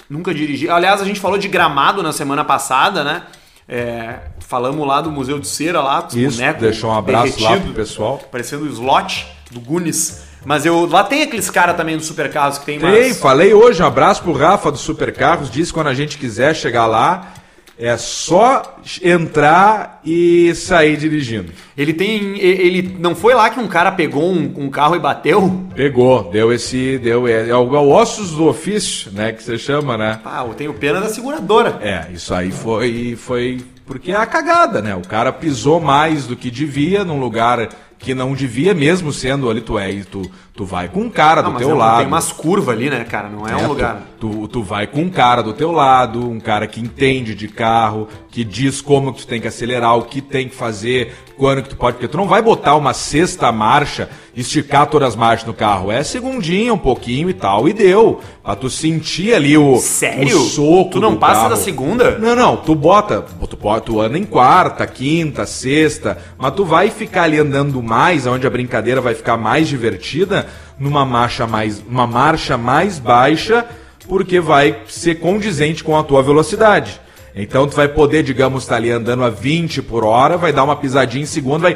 Speaker 1: Nunca dirigi. Aliás, a gente falou de gramado na semana passada, né? É, falamos lá do Museu de Cera, lá, dos
Speaker 2: Isso,
Speaker 1: bonecos.
Speaker 2: deixou um abraço lá
Speaker 1: derretido,
Speaker 2: pro pessoal.
Speaker 1: Parecendo o slot do Gunis. Mas eu. Lá tem aqueles caras também dos supercarros que tem
Speaker 2: Ei,
Speaker 1: mais.
Speaker 2: falei hoje, um abraço pro Rafa do Supercarros, disse que quando a gente quiser chegar lá, é só entrar e sair dirigindo.
Speaker 1: Ele tem. e- Ele. Não foi lá que um cara pegou um, um carro e bateu?
Speaker 2: Pegou, deu esse, deu, é, é o é o ossos do ofício, né, que você chama, né?
Speaker 1: Ah, eu tenho pena da seguradora.
Speaker 2: É, isso aí foi, foi porque é a cagada, né? O cara pisou mais do que devia num lugar que não devia, mesmo sendo ali tu é, e tu, tu vai com um cara
Speaker 1: Ah,
Speaker 2: do
Speaker 1: mas
Speaker 2: teu
Speaker 1: é um-
Speaker 2: lado.
Speaker 1: tem umas curvas ali, né, cara? Não é,
Speaker 2: né?
Speaker 1: um lugar.
Speaker 2: Tu, tu, tu vai com um cara do teu lado, um cara que entende de carro, que diz como que tu tem que acelerar, o que tem que fazer, quando que tu pode, porque tu não vai botar uma sexta marcha, esticar todas as marchas no carro. É segundinha, um pouquinho e tal, e deu. Pra tu sentir ali o,
Speaker 1: Sério?
Speaker 2: o soco.
Speaker 1: tu não
Speaker 2: do
Speaker 1: passa
Speaker 2: carro.
Speaker 1: da segunda?
Speaker 2: Não, não, tu bota, tu, po- tu anda em quarta, quinta, sexta, mas tu vai ficar ali andando mais, onde a brincadeira vai ficar mais divertida, numa marcha mais, uma marcha mais baixa, porque vai ser condizente com a tua velocidade. Então tu vai poder, digamos, estar ali andando a 20 por hora, vai dar uma pisadinha em segundo, vai,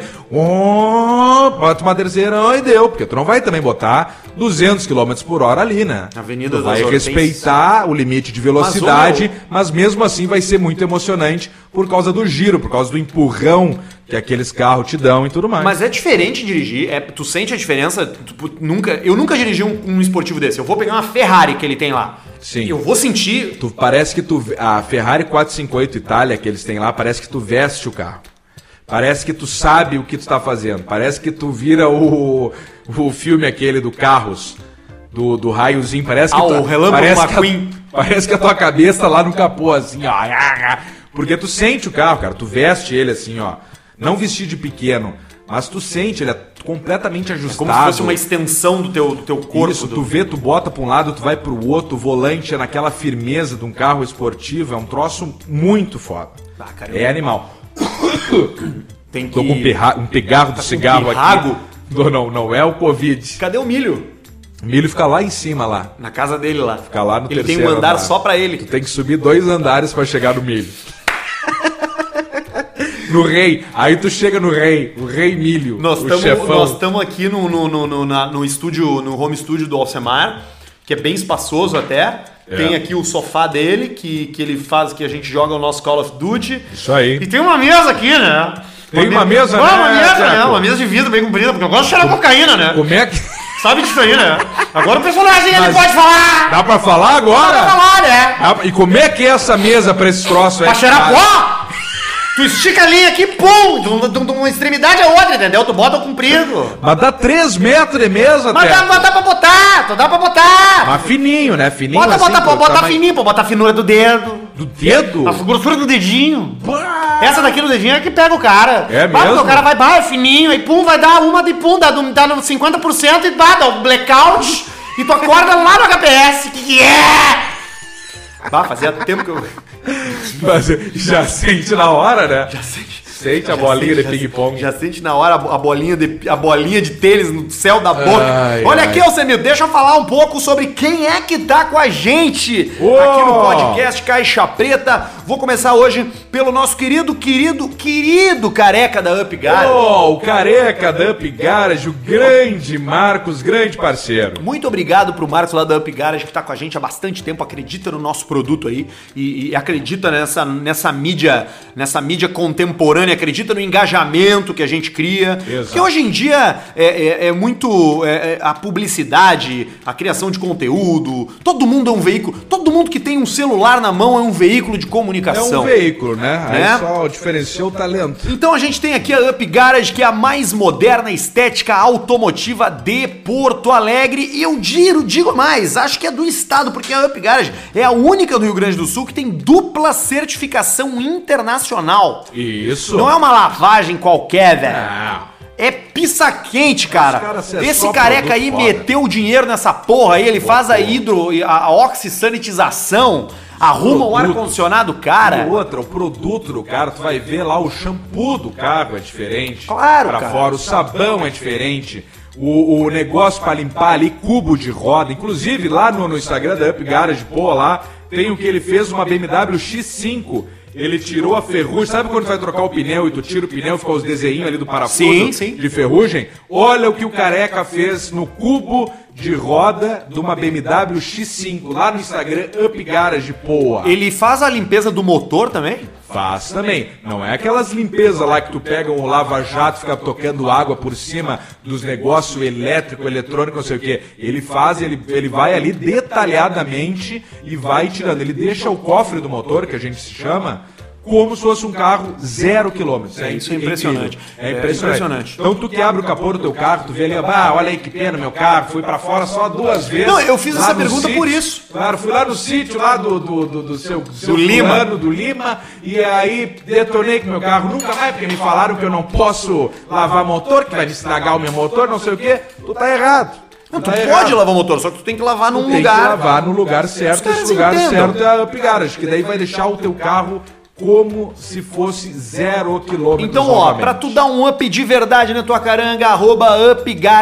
Speaker 2: oh, bota uma terceira e deu, porque tu não vai também botar 200 km por hora ali, né?
Speaker 1: Avenida
Speaker 2: tu
Speaker 1: das
Speaker 2: vai
Speaker 1: Hortênsias.
Speaker 2: respeitar o limite de velocidade, mas mesmo assim vai ser muito emocionante por causa do giro, por causa do empurrão que aqueles carros te dão e tudo mais.
Speaker 1: Mas é diferente dirigir, é, tu sente a diferença? Tu- tu nunca, eu nunca dirigi um, um esportivo desse. Eu vou pegar uma Ferrari que ele tem lá.
Speaker 2: Sim.
Speaker 1: Eu vou sentir.
Speaker 2: Tu parece que tu a Ferrari 458 Itália que eles têm lá, parece que tu veste o carro. Parece que tu sabe o que tu tá fazendo. Parece que tu vira o o filme aquele do Carros. Do, do raiozinho, parece que
Speaker 1: Ah,
Speaker 2: tu-
Speaker 1: o Relâmpago
Speaker 2: parece que a-
Speaker 1: McQueen.
Speaker 2: Parece que a tua cabeça tá lá no capô, assim, ó. Porque tu sente o carro, cara. Tu veste ele assim, ó. Não vestir de pequeno, mas tu sente, ele é completamente ajustado.
Speaker 1: Como se fosse uma extensão do teu, do teu corpo.
Speaker 2: Isso,
Speaker 1: do-
Speaker 2: tu vê, tu bota pra um lado, tu vai pro outro, o volante é naquela firmeza de um carro esportivo, é um troço muito foda.
Speaker 1: Ah, cara, eu-
Speaker 2: é animal.
Speaker 1: Tem que... tá
Speaker 2: Tô com um, perra... um pegarro do cigarro
Speaker 1: pirrago?
Speaker 2: aqui. Não, não, não é o Covid.
Speaker 1: Cadê o milho?
Speaker 2: O milho fica lá em cima, lá.
Speaker 1: Na casa dele lá.
Speaker 2: Fica lá no
Speaker 1: ele tem um
Speaker 2: terceiro
Speaker 1: andar
Speaker 2: andar.
Speaker 1: só pra
Speaker 2: Tu
Speaker 1: ele.
Speaker 2: tem que subir dois andares pra chegar no milho. no rei. Aí tu chega no rei, o rei milho,
Speaker 1: Nós
Speaker 2: o chefão.
Speaker 1: estamos aqui no, no, no, no, na- no estúdio, no home estúdio do Alcemar, que é bem espaçoso até.
Speaker 2: É.
Speaker 1: Tem aqui o sofá dele, que, que ele faz, que a gente joga o nosso Call of Duty.
Speaker 2: Isso aí.
Speaker 1: E tem uma mesa aqui, né?
Speaker 2: Tem uma mesa,
Speaker 1: né? Uma
Speaker 2: né,
Speaker 1: mesa, né?
Speaker 2: Tiago?
Speaker 1: Uma mesa de vidro bem comprida, porque eu gosto de cheirar cocaína, né?
Speaker 2: Como é que.
Speaker 1: Sabe disso aí, né? Agora o personagem, ele
Speaker 2: Mas-
Speaker 1: pode falar!
Speaker 2: Dá pra falar agora?
Speaker 1: Pode falar, né?
Speaker 2: Ah, e como é que é essa mesa pra esse troço aí?
Speaker 1: Pra cheirar pó! Tu estica a linha aqui, pum! De um- de um- de uma extremidade a outra, entendeu? Tu bota o
Speaker 2: Tá
Speaker 1: comprido.
Speaker 2: Mas dá 3 metros de mesa,
Speaker 1: Mas dá,
Speaker 2: até.
Speaker 1: mas dá pra botar, tu dá pra botar!
Speaker 2: Mas fininho, né? Fininho
Speaker 1: Bota,
Speaker 2: assim,
Speaker 1: bota,
Speaker 2: pô,
Speaker 1: pô, bota
Speaker 2: tamanho-
Speaker 1: fininho, Tá pô, bota a finura do dedo,
Speaker 2: Do dedo?
Speaker 1: a grossura do dedinho.
Speaker 2: Pá!
Speaker 1: Essa daqui no dedinho é que pega o cara.
Speaker 2: É
Speaker 1: Bah,
Speaker 2: mesmo?
Speaker 1: porque O cara vai, bah, é fininho, aí pum, vai dar uma de pum, dá, no- dá no 50% e dá, dá um blackout e tu acorda lá no HPS. Que que é? Bah, fazia tempo que eu...
Speaker 2: Mas já sente na hora, né?
Speaker 1: Já sente.
Speaker 2: Sente a
Speaker 1: Já sente,
Speaker 2: bolinha de
Speaker 1: já
Speaker 2: ping-pong.
Speaker 1: sente, Já sente na hora a bo- a bolinha de, a bolinha de tênis no céu da boca.
Speaker 2: Ai,
Speaker 1: Olha
Speaker 2: ai.
Speaker 1: aqui, Alcemir, deixa eu falar um pouco sobre quem é que tá com a gente
Speaker 2: Uou!
Speaker 1: aqui no podcast Caixa Preta. Vou começar hoje pelo nosso querido, querido, querido careca da Up Garden.
Speaker 2: Oh, o careca da Up Garage, o grande Marcos, grande parceiro.
Speaker 1: Muito obrigado pro Marcos lá da Up Garage que tá com a gente há bastante tempo, acredita no nosso produto aí e, e acredita nessa, nessa mídia, nessa mídia contemporânea, acredita no engajamento que a gente cria.
Speaker 2: Exato.
Speaker 1: Porque hoje em dia é, é- é muito é- é a publicidade, a criação de conteúdo, todo mundo é um veículo, todo mundo que tem um celular na mão é um veículo de
Speaker 2: É
Speaker 1: comunicação.
Speaker 2: um veículo, né? Aí
Speaker 1: Né?
Speaker 2: só diferenciou o talento.
Speaker 1: Então a gente tem aqui a Up Garage, que é a mais moderna estética automotiva de Porto Alegre. E eu digo, digo mais, acho que é do estado, porque a Up Garage é a única do Rio Grande do Sul que tem dupla certificação internacional.
Speaker 2: Isso.
Speaker 1: Não é uma lavagem qualquer, velho.
Speaker 2: Ah,
Speaker 1: É pizza quente, cara.
Speaker 2: Os caras, é
Speaker 1: Esse
Speaker 2: só
Speaker 1: careca
Speaker 2: produto
Speaker 1: aí
Speaker 2: foda.
Speaker 1: meteu o dinheiro nessa porra aí, ele faz a hidro, a, a oxisanitização, arruma o
Speaker 2: Produtos.
Speaker 1: ar-condicionado, cara.
Speaker 2: E outra, o produto do cara, tu vai ver lá o shampoo do carro é diferente.
Speaker 1: Claro,
Speaker 2: Pra
Speaker 1: cara.
Speaker 2: fora, o sabão é diferente. O, o negócio pra limpar ali, cubo de roda. Inclusive, lá no, no Instagram da Up Garage, pô, lá, tem o que ele fez uma BMW X5. Ele tirou a ferrugem. Sabe quando tu vai trocar o pneu e tu tira o pneu e fica os desenhinhos ali do parafuso
Speaker 1: Sim, sim.
Speaker 2: de ferrugem? Olha o que o careca fez no cubo de roda de uma BMW X5 lá no Instagram Up Garage Poa.
Speaker 1: Ele faz a limpeza do motor também?
Speaker 2: Faz também. Não é aquelas limpezas lá que tu pega um lava-jato, fica tocando água por cima dos negócios elétrico, eletrônico, não sei o quê. Ele faz, ele, ele vai ali detalhadamente e vai tirando. Ele deixa o cofre do motor, que a gente se chama, como se fosse um carro zero quilômetro.
Speaker 1: É, isso é
Speaker 2: incrível.
Speaker 1: impressionante.
Speaker 2: É
Speaker 1: É
Speaker 2: impressionante.
Speaker 1: impressionante.
Speaker 2: Então tu que abre o capô do teu carro, tu vê ali, ah, olha aí que pena meu carro, fui pra fora só duas vezes.
Speaker 1: Não, eu fiz
Speaker 2: Lá
Speaker 1: essa
Speaker 2: no
Speaker 1: pergunta
Speaker 2: sítio.
Speaker 1: por isso.
Speaker 2: Claro, fui lá no sítio lá do, do, do, do seu, do seu
Speaker 1: Lima.
Speaker 2: fulano, do Lima, e aí detonei com meu carro nunca mais, porque me falaram que eu não posso lavar motor, que vai me estragar o meu motor, não sei o quê. Tu tá errado.
Speaker 1: Não, tu
Speaker 2: tá
Speaker 1: pode lavar o motor, só que tu tem que lavar num
Speaker 2: tem
Speaker 1: lugar.
Speaker 2: que lavar no lugar certo,
Speaker 1: caras
Speaker 2: esse lugar
Speaker 1: entendam.
Speaker 2: certo é a Up Garage, que daí vai deixar o teu carro como se fosse zero quilômetro.
Speaker 1: Então, ó, pra tu dar um up de verdade na tua caranga, arroba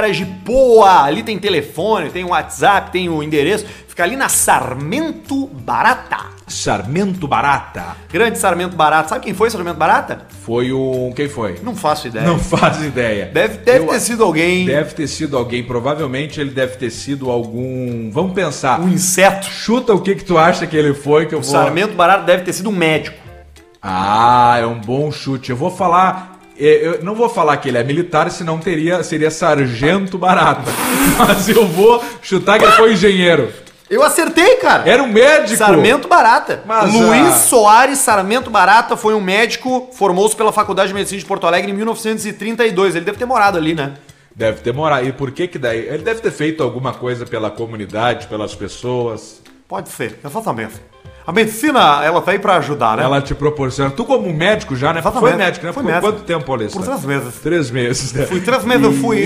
Speaker 1: upgaragepoa. Ali tem telefone, tem WhatsApp, tem o endereço. Fica ali na Sarmento Barata.
Speaker 2: Sarmento Barata
Speaker 1: Grande Sarmento Barata. Sabe quem foi Sarmento Barata?
Speaker 2: foi um... quem foi?
Speaker 1: Não faço ideia.
Speaker 2: Não faz ideia.
Speaker 1: Deve, deve
Speaker 2: Eu-
Speaker 1: ter sido alguém,
Speaker 2: Deve ter sido alguém, provavelmente ele deve ter sido algum. Vamos pensar.
Speaker 1: um inseto.
Speaker 2: Chuta o que que tu acha que ele foi que eu
Speaker 1: O
Speaker 2: vou.
Speaker 1: Sarmento Barata deve ter sido um médico.
Speaker 2: Ah, é um bom chute. Eu vou falar. é, Eu não vou falar que ele é militar, senão teria, seria sargento barata. Mas eu vou chutar que ele foi engenheiro.
Speaker 1: Eu acertei, cara.
Speaker 2: Era um médico.
Speaker 1: Sarmento Barata.
Speaker 2: Mas,
Speaker 1: Luiz
Speaker 2: ah,
Speaker 1: Soares Sarmento Barata foi um médico, formou-se pela Faculdade de Medicina de Porto Alegre em 1932. Ele deve ter morado ali, né?
Speaker 2: Deve ter morado. E por que que daí? Ele deve ter feito alguma coisa pela comunidade, pelas pessoas.
Speaker 1: Pode ser, exatamente. A medicina, ela tá aí pra ajudar, né?
Speaker 2: Ela te proporciona. Tu, como médico já, né?
Speaker 1: Exatamente.
Speaker 2: Foi médico, né?
Speaker 1: Fui
Speaker 2: Por
Speaker 1: médico.
Speaker 2: quanto tempo, Alessandro?
Speaker 1: Por três meses.
Speaker 2: Três meses, né?
Speaker 1: Fui três meses, eu fui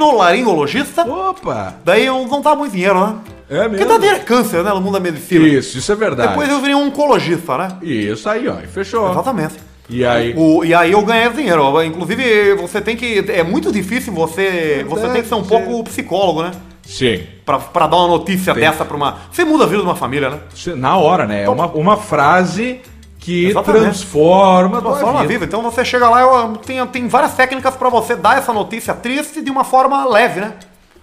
Speaker 1: otorrinolaringologista.
Speaker 2: Opa!
Speaker 1: Daí eu não dava muito dinheiro, né?
Speaker 2: É
Speaker 1: Porque
Speaker 2: mesmo?
Speaker 1: tá dando câncer, né? No mundo da medicina.
Speaker 2: Isso, isso é verdade.
Speaker 1: Depois eu virei um oncologista, né?
Speaker 2: Isso aí, ó. e Fechou.
Speaker 1: Exatamente.
Speaker 2: E aí?
Speaker 1: O- e aí eu ganhei dinheiro. Inclusive, você tem que. É muito difícil você. você
Speaker 2: Verdade,
Speaker 1: tem que ser um
Speaker 2: sim.
Speaker 1: pouco psicólogo, né?
Speaker 2: Sim.
Speaker 1: Pra, pra dar uma notícia dessa pra uma. Você muda a vida de uma família, né?
Speaker 2: Isso é Na hora, né? É uma, uma frase que
Speaker 1: Exatamente.
Speaker 2: transforma a tua
Speaker 1: Transforma a
Speaker 2: vida.
Speaker 1: vida. Então você chega lá, eu- tem, tem várias técnicas pra você dar essa notícia triste de uma forma leve, né?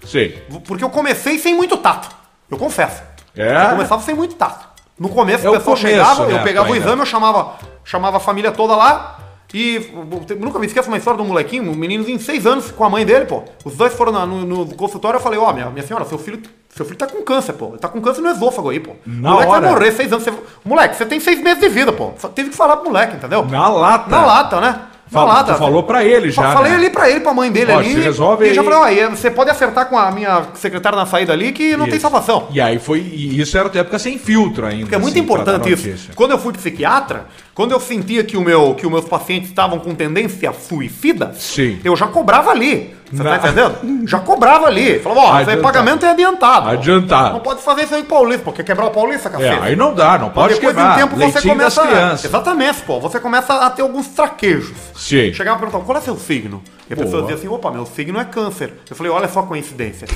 Speaker 2: Sim.
Speaker 1: Porque eu comecei sem muito tato. Eu confesso.
Speaker 2: É?
Speaker 1: Eu começava sem muito tato. No começo
Speaker 2: É
Speaker 1: o
Speaker 2: o
Speaker 1: pessoal
Speaker 2: começo,
Speaker 1: chegava,
Speaker 2: né,
Speaker 1: eu pegava o
Speaker 2: ainda.
Speaker 1: exame, eu chamava, chamava a família toda lá. E eu nunca me esqueço uma história do molequinho, um menino de 6 anos com a mãe dele, pô. Os dois foram na- no, no consultório, eu falei, ó, minha, minha senhora, seu filho, seu filho tá com câncer, pô. Ele tá com câncer no esôfago aí, pô.
Speaker 2: Na
Speaker 1: o moleque
Speaker 2: hora.
Speaker 1: vai morrer 6 anos. Você- Moleque, você tem 6 meses de vida, pô. Só teve que falar pro moleque, entendeu?
Speaker 2: Na lata.
Speaker 1: Na lata, né? Na
Speaker 2: Fal-
Speaker 1: lata.
Speaker 2: tu falou pra ele já,
Speaker 1: Falei
Speaker 2: né?
Speaker 1: ali pra ele, pra mãe dele
Speaker 2: Ó,
Speaker 1: ali.
Speaker 2: se resolve
Speaker 1: e já
Speaker 2: aí.
Speaker 1: falei, ó, aí você pode acertar com a minha secretária na saída ali que não tem
Speaker 2: Isso.
Speaker 1: salvação.
Speaker 2: E aí foi. E isso era a tua época sem filtro ainda.
Speaker 1: Porque é muito
Speaker 2: assim, pra dar
Speaker 1: importante isso.
Speaker 2: notícia.
Speaker 1: Quando eu fui psiquiatra, quando eu sentia que, o meu, que os meus pacientes estavam com tendência suicida,
Speaker 2: Sim.
Speaker 1: eu já cobrava ali. Você tá entendendo? Já cobrava ali. Falava, ó, isso aí
Speaker 2: Adiantado.
Speaker 1: pagamento é adiantado.
Speaker 2: Adiantado.
Speaker 1: Não pode fazer isso aí com o Paulista, porque quebrar o Paulista,
Speaker 2: É,
Speaker 1: cacete.
Speaker 2: aí não dá, não
Speaker 1: Mas
Speaker 2: pode
Speaker 1: depois de
Speaker 2: quebrar.
Speaker 1: um tempo você
Speaker 2: Leitinho das
Speaker 1: começa.
Speaker 2: crianças.
Speaker 1: Exatamente, pô. Você começa a ter alguns traquejos.
Speaker 2: Sim.
Speaker 1: Chegava e perguntava, qual é seu signo? E a pessoa
Speaker 2: Boa.
Speaker 1: dizia assim, opa, meu signo é câncer. Eu falei, olha só a coincidência.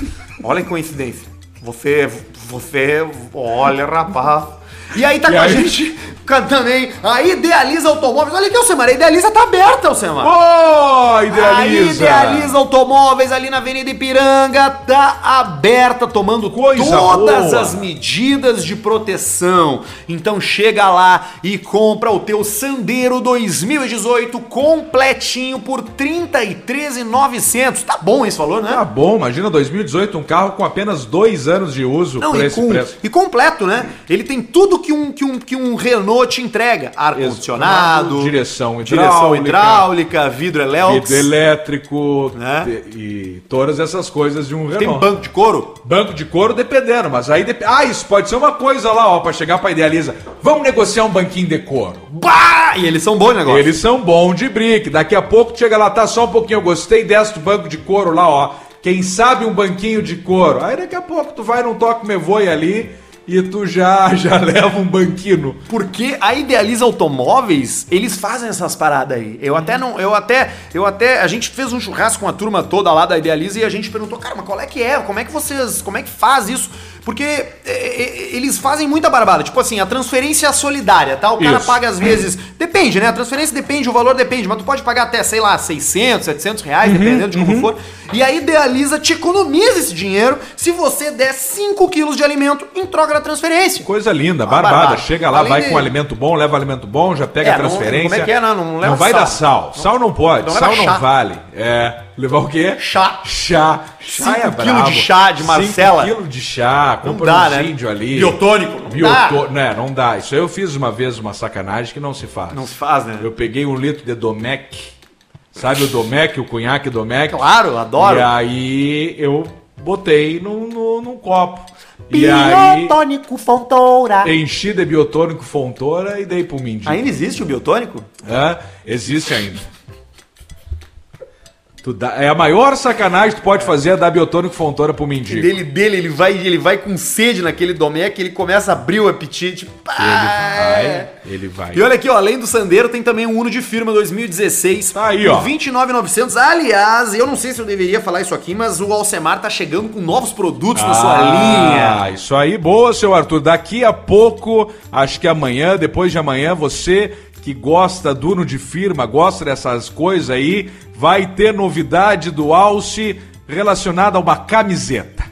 Speaker 1: Olha que coincidência. Você. Você. Olha, rapaz. E aí tá
Speaker 2: E
Speaker 1: com a
Speaker 2: aí?
Speaker 1: gente cantando, hein? A Idealiza Automóveis. Olha aqui, Alcemar. A Idealiza tá aberta, Alcemar.
Speaker 2: Ô,
Speaker 1: Aí
Speaker 2: idealiza!
Speaker 1: Idealiza Automóveis ali na Avenida Ipiranga tá aberta, tomando
Speaker 2: Coisa
Speaker 1: todas
Speaker 2: boa.
Speaker 1: as medidas de proteção. Então chega lá e compra o teu Sandero 2018 completinho por 33,900. Tá bom esse valor, né?
Speaker 2: Tá bom, imagina 2018, um carro com apenas dois anos de uso
Speaker 1: Não,
Speaker 2: por
Speaker 1: e,
Speaker 2: esse
Speaker 1: com-
Speaker 2: preço.
Speaker 1: e completo, né? Ele tem tudo que um, que um, que um Renault te entrega: ar-condicionado,
Speaker 2: Direção
Speaker 1: direção
Speaker 2: hidráulica,
Speaker 1: hidráulica, vidro elétrico,
Speaker 2: Vidro elétrico
Speaker 1: Né?
Speaker 2: de- e todas essas coisas de um
Speaker 1: tem
Speaker 2: Renault.
Speaker 1: banco de couro.
Speaker 2: Banco de couro dependendo, mas aí dep- Ah, isso pode ser uma coisa lá, ó, pra chegar pra Idealiza. Vamos negociar um banquinho de couro.
Speaker 1: Bah! E eles são bons negócios.
Speaker 2: Eles são bons de brick. Daqui a pouco chega lá, tá só um pouquinho. Eu gostei dessa do banco de couro lá, ó. Quem sabe um banquinho de couro. Aí daqui a pouco tu vai num toque me voe ali e tu já já leva um banquinho.
Speaker 1: Porque a Idealiza Automóveis, eles fazem essas paradas aí. Eu até não, eu até, eu até, a gente fez um churrasco com a turma toda lá da Idealiza e a gente perguntou, cara, mas qual é que é? Como é que vocês, como é que faz isso? Porque é, é, eles fazem muita barbada. Tipo assim, a transferência solidária, tá? O cara
Speaker 2: Isso.
Speaker 1: paga às vezes, depende, né? A transferência depende, o valor depende, mas tu pode pagar até, sei lá, 600, 700 reais, dependendo de como for. E a Idealiza te economiza esse dinheiro se você der 5 quilos de alimento em troca da transferência.
Speaker 2: Coisa linda,
Speaker 1: Uma
Speaker 2: barbada.
Speaker 1: barbada.
Speaker 2: Chega lá,
Speaker 1: Além
Speaker 2: vai
Speaker 1: de-
Speaker 2: com alimento bom, leva alimento bom, já pega
Speaker 1: É,
Speaker 2: a
Speaker 1: não-
Speaker 2: transferência.
Speaker 1: como é que é, não? Não leva
Speaker 2: vai
Speaker 1: sal.
Speaker 2: dar sal. sal não pode,
Speaker 1: não leva
Speaker 2: sal não
Speaker 1: chá.
Speaker 2: vale. É, levar o quê?
Speaker 1: Chá.
Speaker 2: Chá. Chá
Speaker 1: Cinco
Speaker 2: é
Speaker 1: quilo
Speaker 2: brabo.
Speaker 1: de chá de Marcela.
Speaker 2: 5 quilos de chá, compra
Speaker 1: dá,
Speaker 2: um
Speaker 1: né?
Speaker 2: índio ali.
Speaker 1: Biotônico, não
Speaker 2: Biotô- Né, não dá. Isso aí eu fiz uma vez uma sacanagem que não se faz.
Speaker 1: Não se faz, né?
Speaker 2: Eu peguei um litro de Domec. Sabe o Domec, o cunhaque Domec?
Speaker 1: Claro, adoro.
Speaker 2: E aí eu botei num, num, num copo. E aí
Speaker 1: Fontoura.
Speaker 2: enchi de biotônico Fontoura e dei pro Mindy.
Speaker 1: Ainda existe o biotônico?
Speaker 2: Hã? Existe ainda. Tu dá- É a maior sacanagem que tu pode fazer é dar biotônico Fontoura pro mendigo.
Speaker 1: Dele, dele, ele vai, ele vai com sede naquele domec, ele começa a abrir o apetite. Pá!
Speaker 2: Ele vai, ele
Speaker 1: E
Speaker 2: vai.
Speaker 1: olha aqui, ó, além do Sandero, tem também um Uno de firma 2016.
Speaker 2: Tá aí,
Speaker 1: por
Speaker 2: ó.
Speaker 1: 29,900. Aliás, eu não sei se eu deveria falar isso aqui, mas o Alcemar tá chegando com novos produtos na sua linha.
Speaker 2: Ah, isso aí, boa, seu Arthur. Daqui a pouco, acho que amanhã, depois de amanhã, você que gosta do Uno de firma, gosta dessas coisas aí, vai ter novidade do Alce relacionada a uma camiseta.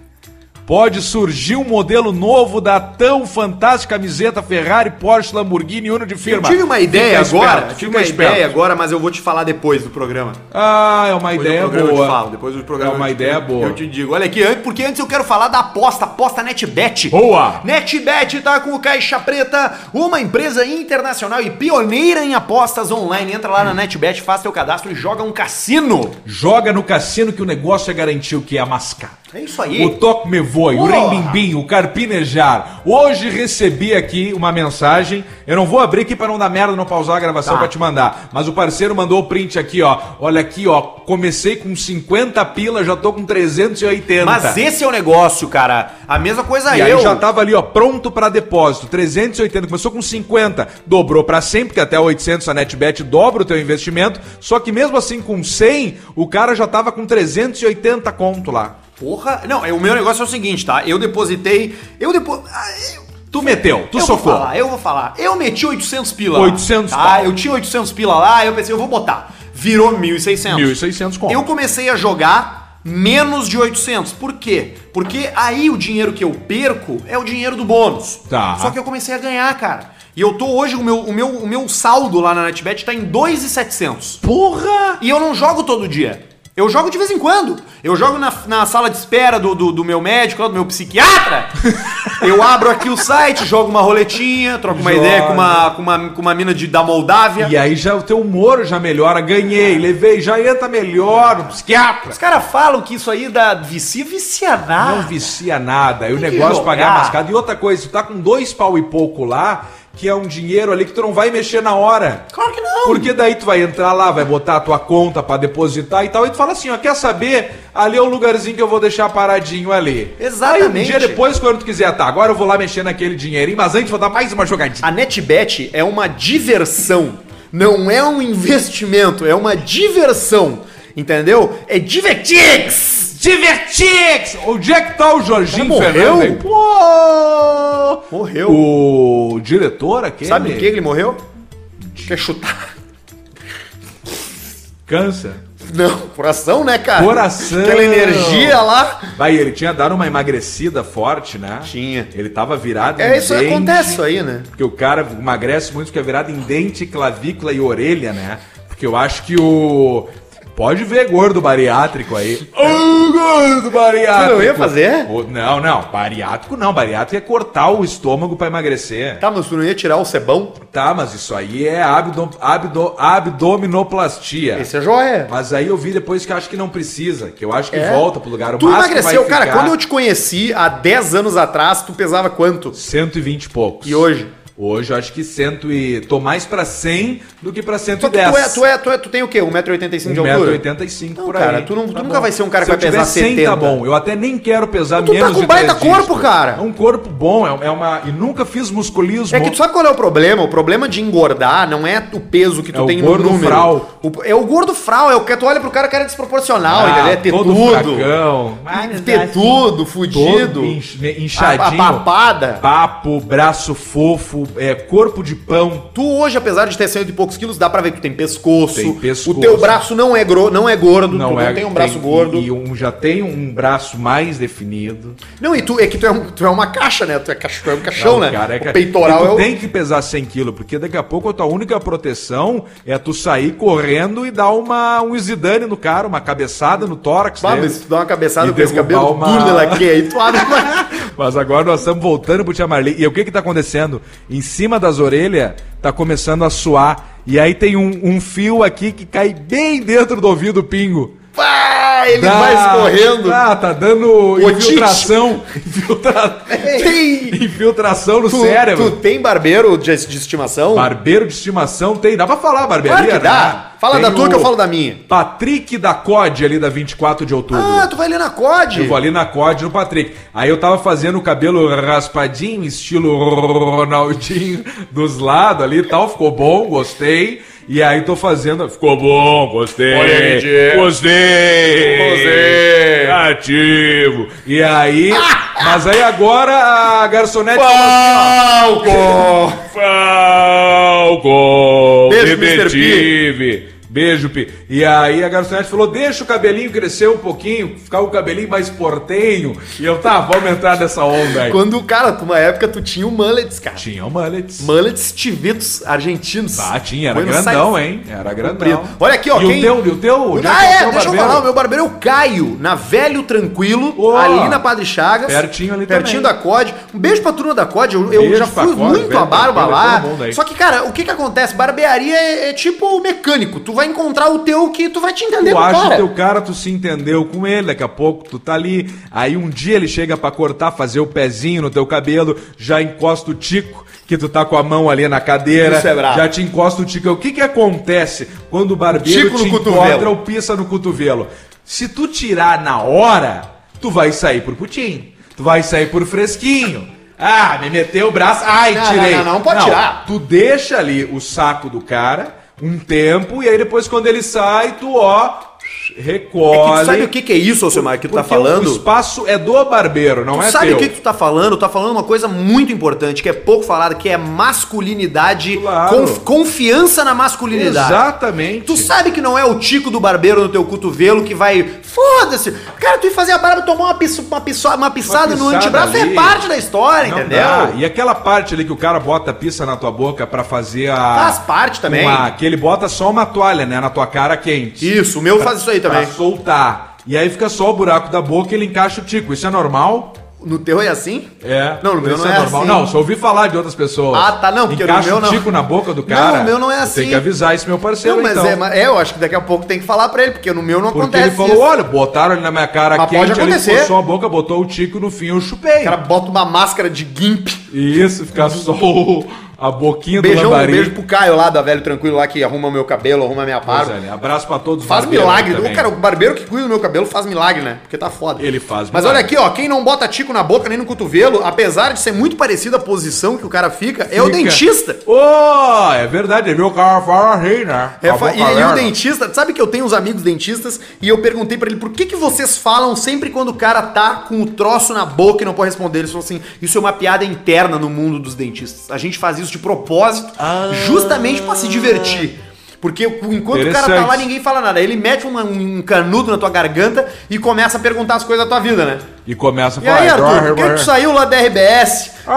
Speaker 2: Pode surgir um modelo novo da tão fantástica camiseta Ferrari, Porsche, Lamborghini e Uno de firma.
Speaker 1: Eu tive uma
Speaker 2: Fica
Speaker 1: ideia
Speaker 2: esperto,
Speaker 1: agora, tive
Speaker 2: fica
Speaker 1: uma
Speaker 2: esperto.
Speaker 1: ideia agora, mas eu vou te falar depois do programa.
Speaker 2: Ah, é uma
Speaker 1: Depois do
Speaker 2: ideia
Speaker 1: programa eu
Speaker 2: boa.
Speaker 1: te falo, depois do programa
Speaker 2: É uma
Speaker 1: eu te-
Speaker 2: ideia boa.
Speaker 1: Eu te digo, olha aqui, an- porque antes eu quero falar da aposta, aposta NetBet.
Speaker 2: Boa!
Speaker 1: NetBet tá com o Caixa Preta, uma empresa internacional e pioneira em apostas online. Entra
Speaker 2: Hum.
Speaker 1: lá na NetBet, faz teu cadastro e joga um cassino.
Speaker 2: Joga no cassino que o negócio é garantir o que é a mascata.
Speaker 1: É isso aí.
Speaker 2: O toque me voe, o
Speaker 1: Porra!
Speaker 2: rimbimbim, o carpinejar. Hoje recebi aqui uma mensagem. Eu não vou abrir aqui pra não dar merda, não pausar a gravação
Speaker 1: Tá.
Speaker 2: pra te mandar. Mas o parceiro mandou o print aqui, ó. Olha aqui, ó. Comecei com 50 pila, já tô com 380.
Speaker 1: Mas esse é o negócio, cara. A mesma coisa
Speaker 2: E aí
Speaker 1: eu.
Speaker 2: já tava ali, ó, pronto pra depósito, 380, começou com 50, dobrou pra 100, porque até 800 a NetBet dobra o teu investimento, só que mesmo assim com 100, o cara já tava com 380 conto lá.
Speaker 1: Porra, não, é- o meu negócio é o seguinte, tá? Eu depositei, eu depo... ah, eu-
Speaker 2: Tu meteu, tu
Speaker 1: eu
Speaker 2: socou.
Speaker 1: Vou falar, eu vou falar. Eu meti 800 pila.
Speaker 2: 800
Speaker 1: lá, tá?
Speaker 2: pau.
Speaker 1: Eu tinha 800 pila lá, eu pensei, eu vou botar. Virou 1.600.
Speaker 2: 1.600 conto.
Speaker 1: Eu comecei a jogar menos de 800. Por quê? Porque aí o dinheiro que eu perco é o dinheiro do bônus.
Speaker 2: Tá.
Speaker 1: Só que eu comecei a ganhar, cara. E eu tô hoje, o meu, o meu, o meu saldo lá na NetBet tá em 2,700.
Speaker 2: Porra!
Speaker 1: E eu não jogo todo dia. Eu jogo de vez em quando. Eu jogo na, na sala de espera do, do, do meu médico, lá do meu psiquiatra. eu abro aqui o site, jogo uma roletinha, troco uma
Speaker 2: Joga.
Speaker 1: ideia com uma, com uma, com uma mina de, da Moldávia.
Speaker 2: E é- aí já o teu humor já melhora, ganhei, levei, já entra melhor, um psiquiatra.
Speaker 1: Os caras falam que isso aí dá vicia vicianar.
Speaker 2: Não vicia nada. E o
Speaker 1: Tem Ah. que Ah.
Speaker 2: negócio
Speaker 1: jogar.
Speaker 2: pagar mascado. E outra coisa, tu tá com dois pau e pouco lá, que é um dinheiro ali que tu não vai mexer na hora.
Speaker 1: Claro que não.
Speaker 2: Porque daí tu vai entrar lá, vai botar a tua conta pra depositar e tal, e tu fala assim, ó, quer saber? Ali é o lugarzinho que eu vou deixar paradinho ali. Aí um
Speaker 1: Exatamente.
Speaker 2: dia depois, quando tu quiser, tá, agora eu vou lá mexer naquele dinheirinho, mas antes vou dar mais uma jogadinha.
Speaker 1: A NetBet é uma diversão. Não é um investimento, é uma diversão. Entendeu? É divertix!
Speaker 2: Divertix! Onde é que tá o Jorginho
Speaker 1: Cara, morreu?
Speaker 2: Fernandes? Pô!
Speaker 1: Morreu.
Speaker 2: O diretor aquele...
Speaker 1: Sabe por que ele morreu? Quer chutar?
Speaker 2: Câncer.
Speaker 1: Não, coração, né, cara?
Speaker 2: Coração.
Speaker 1: Aquela energia lá.
Speaker 2: Vai, ele tinha dado uma emagrecida forte, né?
Speaker 1: Tinha.
Speaker 2: Ele tava virado
Speaker 1: É isso que
Speaker 2: dente,
Speaker 1: acontece isso aí, né?
Speaker 2: Porque o cara emagrece muito, que é virado em dente, clavícula e orelha, né? Porque eu acho que o... Pode ver gordo bariátrico aí. Ô, gordo bariátrico!
Speaker 1: Tu não ia fazer?
Speaker 2: Ô, não, não. Bariátrico não. Bariátrico é cortar o estômago pra emagrecer.
Speaker 1: Tá, mas tu não ia tirar o sebão?
Speaker 2: Tá, mas isso aí é abdom, abdo, abdominoplastia.
Speaker 1: Esse é joia.
Speaker 2: Mas aí eu vi depois que acho que não precisa, que eu acho que
Speaker 1: É.
Speaker 2: volta pro lugar. O
Speaker 1: Tu
Speaker 2: máximo
Speaker 1: emagreceu,
Speaker 2: vai
Speaker 1: cara.
Speaker 2: ficar
Speaker 1: Quando eu te conheci, há 10 anos atrás, tu pesava quanto?
Speaker 2: 120 e poucos.
Speaker 1: E hoje?
Speaker 2: Hoje eu acho que cento e... Tô mais pra 100 do que pra
Speaker 1: Só
Speaker 2: 110.
Speaker 1: que tu é, tu é, tu é, tu tem o quê? 1,85m de altura?
Speaker 2: 1,85m
Speaker 1: Não,
Speaker 2: por aí. Tá
Speaker 1: cara, tu não- tu nunca vai ser um cara que
Speaker 2: Se eu
Speaker 1: vai pesar
Speaker 2: tiver 100,
Speaker 1: 70.
Speaker 2: tá bom. Eu até nem quero pesar
Speaker 1: Tu tá
Speaker 2: menos
Speaker 1: com
Speaker 2: de
Speaker 1: baita
Speaker 2: três dígitos.
Speaker 1: corpo, cara.
Speaker 2: É um corpo bom, é é uma... E nunca fiz musculismo.
Speaker 1: É que tu sabe qual é o problema? O problema de engordar não é o peso que tu
Speaker 2: É o
Speaker 1: tem
Speaker 2: gordo
Speaker 1: no número.
Speaker 2: fral.
Speaker 1: O- é o gordo fral, é o que tu olha pro cara, o cara é desproporcional,
Speaker 2: Ah,
Speaker 1: entendeu? É ter
Speaker 2: todo
Speaker 1: tudo.
Speaker 2: fracão.
Speaker 1: Ter tudo, fudido.
Speaker 2: todo inch- inchadinho.
Speaker 1: A- a papada.
Speaker 2: Papo, braço fofo, é, corpo de pão.
Speaker 1: Tu hoje, apesar de ter cento e poucos quilos, dá pra ver que tu tem pescoço.
Speaker 2: Tem pescoço.
Speaker 1: O teu braço não é, gro não é gordo,
Speaker 2: Não
Speaker 1: tu
Speaker 2: é,
Speaker 1: não tem um braço gordo.
Speaker 2: E um, já tem um braço mais definido.
Speaker 1: Não, e tu é que tu é, um- tu é uma caixa, né? Tu é, caixa, tu é um caixão,
Speaker 2: Não,
Speaker 1: né?
Speaker 2: cara, é que-
Speaker 1: o peitoral
Speaker 2: e
Speaker 1: é
Speaker 2: tu
Speaker 1: o...
Speaker 2: tem que pesar 100 quilos, porque daqui a pouco a tua única proteção é tu sair correndo e dar uma, um Zidane no cara, uma cabeçada no tórax.
Speaker 1: Sabe,
Speaker 2: dele.
Speaker 1: se tu dá uma cabeçada
Speaker 2: né? E
Speaker 1: com esse
Speaker 2: derrubar
Speaker 1: cabelo
Speaker 2: uma-
Speaker 1: duro de laque aí, tu abre uma...
Speaker 2: Mas agora nós estamos voltando pro Tia Marli. E o que que tá acontecendo? Em cima das orelhas tá começando a suar. E aí tem um, um fio aqui que cai bem dentro do ouvido do pingo.
Speaker 1: Pá, ele
Speaker 2: Dá-
Speaker 1: vai escorrendo.
Speaker 2: Ah, tá dando
Speaker 1: Otite.
Speaker 2: infiltração. Infiltra...
Speaker 1: Tem-
Speaker 2: infiltração no
Speaker 1: Tu,
Speaker 2: cérebro.
Speaker 1: tu tem barbeiro de, de estimação?
Speaker 2: Barbeiro de estimação tem. Dá pra falar, barbearia?
Speaker 1: Claro que dá.
Speaker 2: né?
Speaker 1: Fala
Speaker 2: Tem
Speaker 1: da tua
Speaker 2: o
Speaker 1: que eu falo da minha.
Speaker 2: Patrick da COD ali da 24 de outubro.
Speaker 1: Ah, tu vai ali na COD.
Speaker 2: Eu vou ali na corda no Patrick. Aí eu tava fazendo o cabelo raspadinho, estilo Ronaldinho dos lados ali e tal. Ficou bom, gostei. E aí tô fazendo. Ficou bom, gostei. Gostei. Gostei. Ativo. E aí. Mas aí agora a garçonete. assim,
Speaker 1: Falco!
Speaker 2: Falco!
Speaker 1: Beijo, Mr. P.
Speaker 2: Detetive! Beijo, Pi. E aí a garçonete falou: deixa o cabelinho crescer um pouquinho, ficar o cabelinho mais portenho. E eu, tá, vamos entrar nessa onda aí.
Speaker 1: Quando, cara, tu, uma época tu tinha o mullets, cara.
Speaker 2: Tinha o mullets.
Speaker 1: Mullets tivitos argentinos.
Speaker 2: Ah, tinha, era
Speaker 1: Foi no
Speaker 2: grandão,
Speaker 1: site-
Speaker 2: hein? Era
Speaker 1: Comprido.
Speaker 2: grandão.
Speaker 1: Olha aqui, ó.
Speaker 2: E o teu, e o teu? onde
Speaker 1: ah,
Speaker 2: que
Speaker 1: é,
Speaker 2: o teu
Speaker 1: deixa eu
Speaker 2: barbeiro?
Speaker 1: falar. O meu barbeiro é o Caio, na Velho Tranquilo,
Speaker 2: Ó,
Speaker 1: ali na Padre Chagas.
Speaker 2: pertinho ali
Speaker 1: Pertinho
Speaker 2: também.
Speaker 1: da COD. Um beijo pra turma da COD. Eu, eu
Speaker 2: Beijo
Speaker 1: já
Speaker 2: pra
Speaker 1: fui
Speaker 2: COD,
Speaker 1: muito
Speaker 2: Velho é
Speaker 1: a barba
Speaker 2: Tranquilo,
Speaker 1: lá.
Speaker 2: todo mundo aí.
Speaker 1: Só que, cara, o que que acontece? Barbearia é, é tipo mecânico. Tu vai encontrar o teu que tu vai te entender
Speaker 2: Tu
Speaker 1: com o
Speaker 2: acha o
Speaker 1: cara.
Speaker 2: teu cara, tu se entendeu com ele, daqui a pouco tu tá ali, aí um dia ele chega pra cortar, fazer o pezinho no teu cabelo, já encosta o tico, que tu tá com a mão ali na cadeira,
Speaker 1: Isso é brabo.
Speaker 2: já te encosta o tico. O que que acontece quando o barbeiro
Speaker 1: Tico
Speaker 2: te
Speaker 1: no
Speaker 2: encontra
Speaker 1: cotovelo.
Speaker 2: ou pisa no cotovelo? Se tu tirar na hora, tu vai sair por putinho, tu vai sair por fresquinho. Ah, me meteu o braço, ai,
Speaker 1: Não,
Speaker 2: tirei.
Speaker 1: não, não, não pode tirar.
Speaker 2: Tu deixa ali o saco do cara um tempo e aí depois quando ele sai, tu ó,
Speaker 1: É que
Speaker 2: recolhe.
Speaker 1: tu sabe o que que é isso, Alcemar, que tu tá
Speaker 2: Porque O
Speaker 1: falando?
Speaker 2: espaço é do barbeiro, não é
Speaker 1: Sabe
Speaker 2: teu.
Speaker 1: o que, que tu tá falando? Tu tá falando uma coisa muito importante, que é pouco falada, que é masculinidade,
Speaker 2: Claro.
Speaker 1: conf- confiança na masculinidade.
Speaker 2: Exatamente.
Speaker 1: Tu sabe que não é o tico do barbeiro no teu cotovelo que vai. Foda-se! Cara, tu ir fazer a barba tomar uma, piso, uma, piso, uma pisada no
Speaker 2: pisada
Speaker 1: antebraço
Speaker 2: ali.
Speaker 1: é parte da história,
Speaker 2: Não
Speaker 1: entendeu?
Speaker 2: dá. E aquela parte ali que o cara bota a pizza na tua boca pra fazer a.
Speaker 1: Faz parte também.
Speaker 2: Uma, que ele bota só uma toalha, né? Na tua cara quente.
Speaker 1: Isso, o meu faz isso aí
Speaker 2: Pra
Speaker 1: também.
Speaker 2: soltar. E aí fica só o buraco da boca e ele encaixa o tico. Isso é normal?
Speaker 1: No teu é assim?
Speaker 2: É.
Speaker 1: Não, no meu
Speaker 2: Isso
Speaker 1: não é assim.
Speaker 2: Não, só ouvi falar de outras pessoas.
Speaker 1: Ah, tá, não, porque no
Speaker 2: Encaixa
Speaker 1: meu
Speaker 2: o
Speaker 1: não.
Speaker 2: tico na boca do cara.
Speaker 1: Não, o meu não é
Speaker 2: Tem
Speaker 1: assim.
Speaker 2: que avisar esse meu parceiro,
Speaker 1: não, mas
Speaker 2: então.
Speaker 1: é, mas- é, eu acho que daqui a pouco tem que falar pra ele, porque no meu não
Speaker 2: Porque
Speaker 1: acontece.
Speaker 2: ele falou,
Speaker 1: isso.
Speaker 2: olha, botaram ele na minha cara
Speaker 1: Mas pode
Speaker 2: quente, ele
Speaker 1: acontecer.
Speaker 2: forçou a boca, botou o tico no fim, eu chupei.
Speaker 1: O cara bota uma máscara de gimp.
Speaker 2: Isso, fica só o, A boquinha do
Speaker 1: Beijão, um
Speaker 2: lambari.
Speaker 1: beijo pro Caio lá, da Velho Tranquilo, lá que arruma meu cabelo, arruma minha
Speaker 2: Pois
Speaker 1: barba.
Speaker 2: é, né? Abraço pra todos os
Speaker 1: Faz
Speaker 2: barbeiros
Speaker 1: milagre.
Speaker 2: também.
Speaker 1: O cara, é o barbeiro que cuida do meu cabelo faz milagre, né? Porque tá foda.
Speaker 2: Ele faz
Speaker 1: Mas
Speaker 2: milagre.
Speaker 1: olha aqui, ó, quem não bota tico na boca nem no cotovelo, apesar de ser muito parecida a posição que o cara fica, é o
Speaker 2: Fica.
Speaker 1: dentista.
Speaker 2: Ô, é verdade, viu? O cara fala rei, né?
Speaker 1: É,
Speaker 2: Com a
Speaker 1: fa-
Speaker 2: boca
Speaker 1: e, e o
Speaker 2: larga.
Speaker 1: dentista, sabe que eu tenho uns amigos dentistas e eu perguntei pra ele por que, que vocês falam sempre quando o cara tá com o troço na boca e não pode responder. Eles falaram assim: isso é uma piada interna no mundo dos dentistas. A gente faz isso de propósito, justamente pra se divertir. Porque enquanto o cara tá
Speaker 2: Interessante.
Speaker 1: lá, ninguém fala nada. Ele mete um, um canudo na tua garganta e começa a perguntar as coisas da tua vida, né?
Speaker 2: E começa a
Speaker 1: E aí,
Speaker 2: "Rei,
Speaker 1: Arthur, por que
Speaker 2: rei,
Speaker 1: tu saiu lá da RBS? Aí,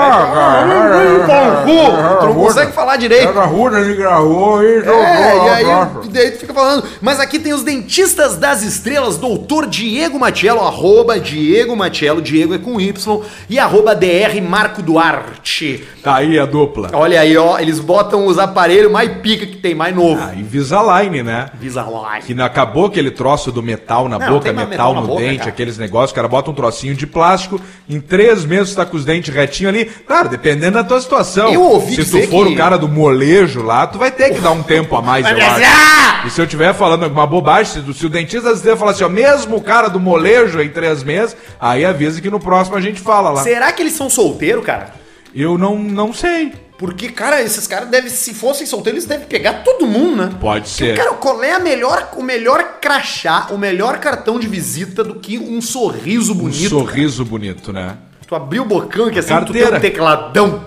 Speaker 1: "Ah, pau no cu", Tu não consegue falar direito.
Speaker 2: Era ruda de gravou e jogou
Speaker 1: É, e
Speaker 2: lá
Speaker 1: aí,
Speaker 2: abaixo.
Speaker 1: e daí tu fica falando. Mas aqui tem os dentistas das estrelas, doutor Diego Matiello, arroba Diego Matiello, Diego é com Y, e arroba DR Marco Duarte.
Speaker 2: Tá aí a dupla.
Speaker 1: Olha aí, ó, eles botam os aparelhos mais pica que tem, mais novo.
Speaker 2: Ah, Invisalign, né?
Speaker 1: Bizarre.
Speaker 2: Que na- acabou aquele troço do metal na
Speaker 1: Não,
Speaker 2: boca,
Speaker 1: tem
Speaker 2: metal,
Speaker 1: mais metal na
Speaker 2: no
Speaker 1: boca,
Speaker 2: dente,
Speaker 1: cara.
Speaker 2: aqueles negócios, o cara bota um trocinho de plástico, em três meses tá com os dentes retinho ali. Claro, dependendo da tua situação.
Speaker 1: Eu ouvi
Speaker 2: Se
Speaker 1: dizer
Speaker 2: tu for
Speaker 1: que-
Speaker 2: o cara do molejo lá, tu vai ter que dar um tempo a mais, eu acho. E se eu tiver falando alguma bobagem, se, tu- se o dentista quiser falar assim, ó, mesmo o cara do molejo em três meses, aí avisa que no próximo a gente fala lá.
Speaker 1: Será que eles são solteiros, cara?
Speaker 2: Eu não, não sei.
Speaker 1: Porque, cara, esses caras devem, se fossem solteiros, eles devem pegar todo mundo, né?
Speaker 2: Pode ser.
Speaker 1: Cara, qual é a melhor, o melhor crachá, o melhor cartão de visita do que um sorriso
Speaker 2: Um
Speaker 1: bonito?
Speaker 2: sorriso bonito, né?
Speaker 1: Tu abriu o bocão que assim, tu tem um
Speaker 2: Carteira.
Speaker 1: tecladão.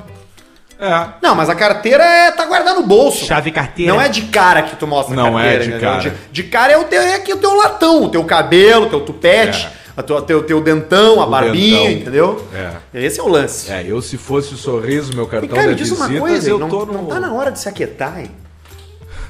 Speaker 2: É.
Speaker 1: Não, mas a carteira é, tá guardada no bolso.
Speaker 4: Chave carteira.
Speaker 1: Não é de cara que tu mostra a
Speaker 2: Não é
Speaker 1: carteira.
Speaker 2: de
Speaker 1: entendeu?
Speaker 2: cara.
Speaker 1: De, de cara é, o teu, é aqui o teu latão, o teu cabelo, o teu tupete,
Speaker 2: É.
Speaker 1: a tua, teu, teu dentão, a barbinha,
Speaker 2: dentão.
Speaker 1: entendeu?
Speaker 2: É.
Speaker 1: Esse é o lance.
Speaker 2: É, eu se fosse o sorriso, meu
Speaker 1: E
Speaker 2: cartão
Speaker 1: cara,
Speaker 2: da
Speaker 1: me diz
Speaker 2: visitas,
Speaker 1: uma coisa,
Speaker 2: eu
Speaker 1: não,
Speaker 2: tô no...
Speaker 1: não tá na hora de se aquietar, hein?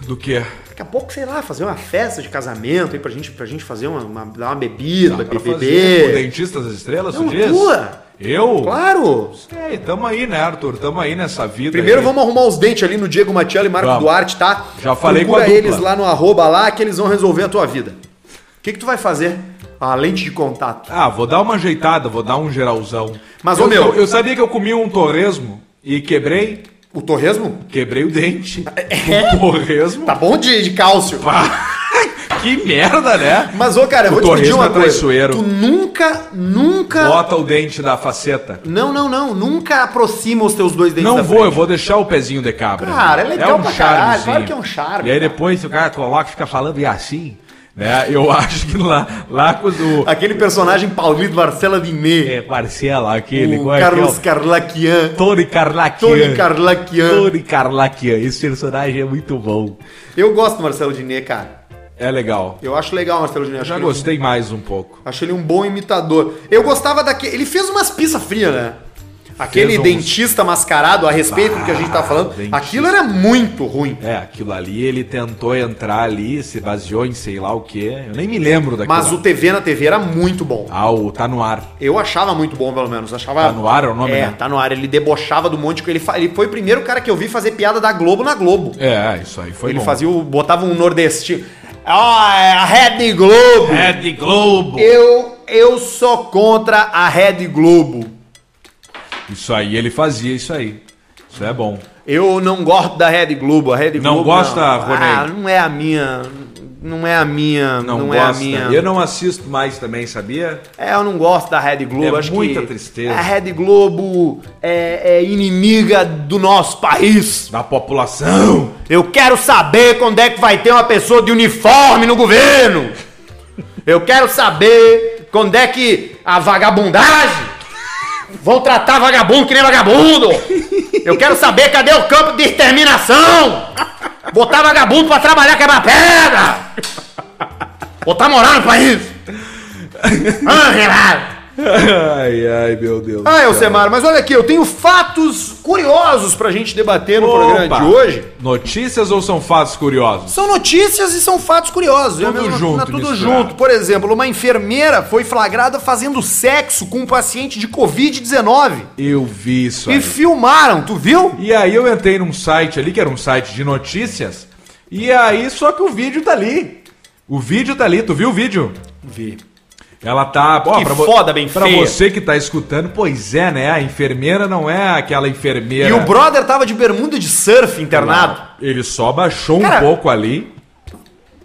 Speaker 2: Do quê?
Speaker 1: Daqui a pouco, sei lá, fazer uma festa de casamento aí pra gente, pra gente fazer uma, uma- dar uma bebida,
Speaker 2: Dá pra fazer um com o
Speaker 1: beber.
Speaker 2: Dentista das Estrelas,
Speaker 1: Não,
Speaker 2: tu diz?
Speaker 1: tua.
Speaker 2: Eu?
Speaker 1: Claro!
Speaker 2: Sei, tamo aí, né, Arthur? Tamo aí nessa vida.
Speaker 1: Primeiro
Speaker 2: aí.
Speaker 1: vamos arrumar os dentes ali no Diego Matiello e Marco
Speaker 2: Vamos.
Speaker 1: Duarte, tá?
Speaker 2: Já falei com
Speaker 1: Procura
Speaker 2: a dupla.
Speaker 1: eles lá no arroba lá que eles vão resolver a tua vida. O que, que tu vai fazer? A lente de contato.
Speaker 2: Ah, vou dar uma ajeitada, vou dar um geralzão.
Speaker 1: Mas,
Speaker 2: eu,
Speaker 1: ô, meu-
Speaker 2: Eu, eu sabia que eu comi um torresmo e quebrei.
Speaker 1: O torresmo?
Speaker 2: Quebrei o dente. Um torresmo?
Speaker 1: Tá bom de, de cálcio.
Speaker 2: Que merda, né?
Speaker 1: Tá. Mas, ô, cara, eu
Speaker 2: O
Speaker 1: vou te pedir
Speaker 2: torresmo
Speaker 1: uma
Speaker 2: é
Speaker 1: coisa.
Speaker 2: traiçoeiro.
Speaker 1: Tu nunca, nunca...
Speaker 2: Bota o dente da faceta.
Speaker 1: Não, não, não. Nunca aproxima os teus dois dentes
Speaker 2: Não
Speaker 1: da
Speaker 2: vou,
Speaker 1: frente.
Speaker 2: eu vou deixar o pezinho de cabra.
Speaker 1: Cara, é legal pra caralho,
Speaker 2: charmezinho.
Speaker 1: claro que é um charme,
Speaker 2: E aí
Speaker 1: cara.
Speaker 2: depois o cara coloca e fica falando e assim, né? Eu acho que lá, lá com o
Speaker 1: Aquele personagem Paulito Marcela Diné.
Speaker 2: é, Marcela, aquele,
Speaker 1: o
Speaker 2: qual é
Speaker 1: Carlos
Speaker 2: que é?
Speaker 1: Carlaquian.
Speaker 2: Tony Carlacchian.
Speaker 1: Tony Carlaquian.
Speaker 2: Tony Carlacchian. Esse personagem é muito bom.
Speaker 1: Eu gosto do Marcelo Diné, cara.
Speaker 2: É legal.
Speaker 1: Eu acho legal o Marcelo Diné.
Speaker 2: Eu
Speaker 1: acho
Speaker 2: já
Speaker 1: que ele- é
Speaker 2: gostei mais um pouco.
Speaker 1: Acho ele um bom imitador. Eu gostava daquele. Ele fez umas pizzas frias, né? Aquele
Speaker 2: Fez um- uns-
Speaker 1: dentista mascarado a respeito do que a gente tá falando.
Speaker 2: dentista.
Speaker 1: Aquilo era muito ruim.
Speaker 2: É, aquilo ali, ele tentou entrar ali, se baseou em sei lá o que. Eu nem me lembro daquilo.
Speaker 1: Mas o TV na TV era muito bom.
Speaker 2: Ah, o Tá No Ar.
Speaker 1: Eu achava muito bom, pelo menos. Achava...
Speaker 2: Tá no ar é o nome,
Speaker 1: É,
Speaker 2: né?
Speaker 1: tá no ar. Ele debochava do monte. que Ele, fa- ele foi o primeiro cara que eu vi fazer piada da Globo na Globo.
Speaker 2: É, isso aí foi
Speaker 1: ele
Speaker 2: bom.
Speaker 1: fazia o. botava um nordestino. Ah, é a Rede Globo!
Speaker 2: Red Globo.
Speaker 1: Eu, eu sou contra a Rede Globo.
Speaker 2: Isso aí, ele fazia isso aí. Isso é bom.
Speaker 1: Eu não gosto da Rede Globo. A Rede
Speaker 2: Não
Speaker 1: Globo
Speaker 2: gosta, Ronei?
Speaker 1: Ah, não é a minha. Não é a minha. Não,
Speaker 2: Não,
Speaker 1: é a
Speaker 2: gosta.
Speaker 1: minha.
Speaker 2: Eu não assisto mais também, sabia?
Speaker 1: É, eu não gosto da Rede Globo.
Speaker 2: É
Speaker 1: acho
Speaker 2: muita
Speaker 1: que
Speaker 2: tristeza.
Speaker 1: A Rede Globo é, é inimiga do nosso país.
Speaker 2: Da população.
Speaker 1: Eu quero saber quando é que vai ter uma pessoa de uniforme no governo. Eu quero saber quando é que a vagabundagem vão tratar vagabundo que nem vagabundo. Eu quero saber cadê o campo de exterminação. Botar vagabundo pra trabalhar quebrar pedra. Botar moral no país. Ah, Renato.
Speaker 2: ai, ai, meu Deus.
Speaker 1: Ah,
Speaker 2: do céu.
Speaker 1: Elcemar, mas olha aqui, eu tenho fatos curiosos pra gente debater no programa
Speaker 2: Opa!
Speaker 1: de hoje.
Speaker 2: Notícias ou são fatos curiosos?
Speaker 1: São notícias e são fatos curiosos. é a mesma-
Speaker 2: junto,
Speaker 1: na- tudo
Speaker 2: misturado.
Speaker 1: junto. Por exemplo, uma enfermeira foi flagrada fazendo sexo com um paciente de Covid-19
Speaker 2: Eu vi isso
Speaker 1: e
Speaker 2: Tá aí.
Speaker 1: filmaram, tu viu?
Speaker 2: E aí eu entrei num site ali, que era um site de notícias, e aí só que o vídeo tá ali. O vídeo tá ali, tu viu o vídeo?
Speaker 1: Vi.
Speaker 2: Ela tá. ó,
Speaker 1: Que
Speaker 2: pra vo-
Speaker 1: foda, bem
Speaker 2: Pra
Speaker 1: feia.
Speaker 2: você que tá escutando, pois é, né? A enfermeira não é aquela enfermeira.
Speaker 1: E o brother tava de bermuda de surf internado.
Speaker 2: Ele só baixou um
Speaker 1: Cara-
Speaker 2: pouco ali.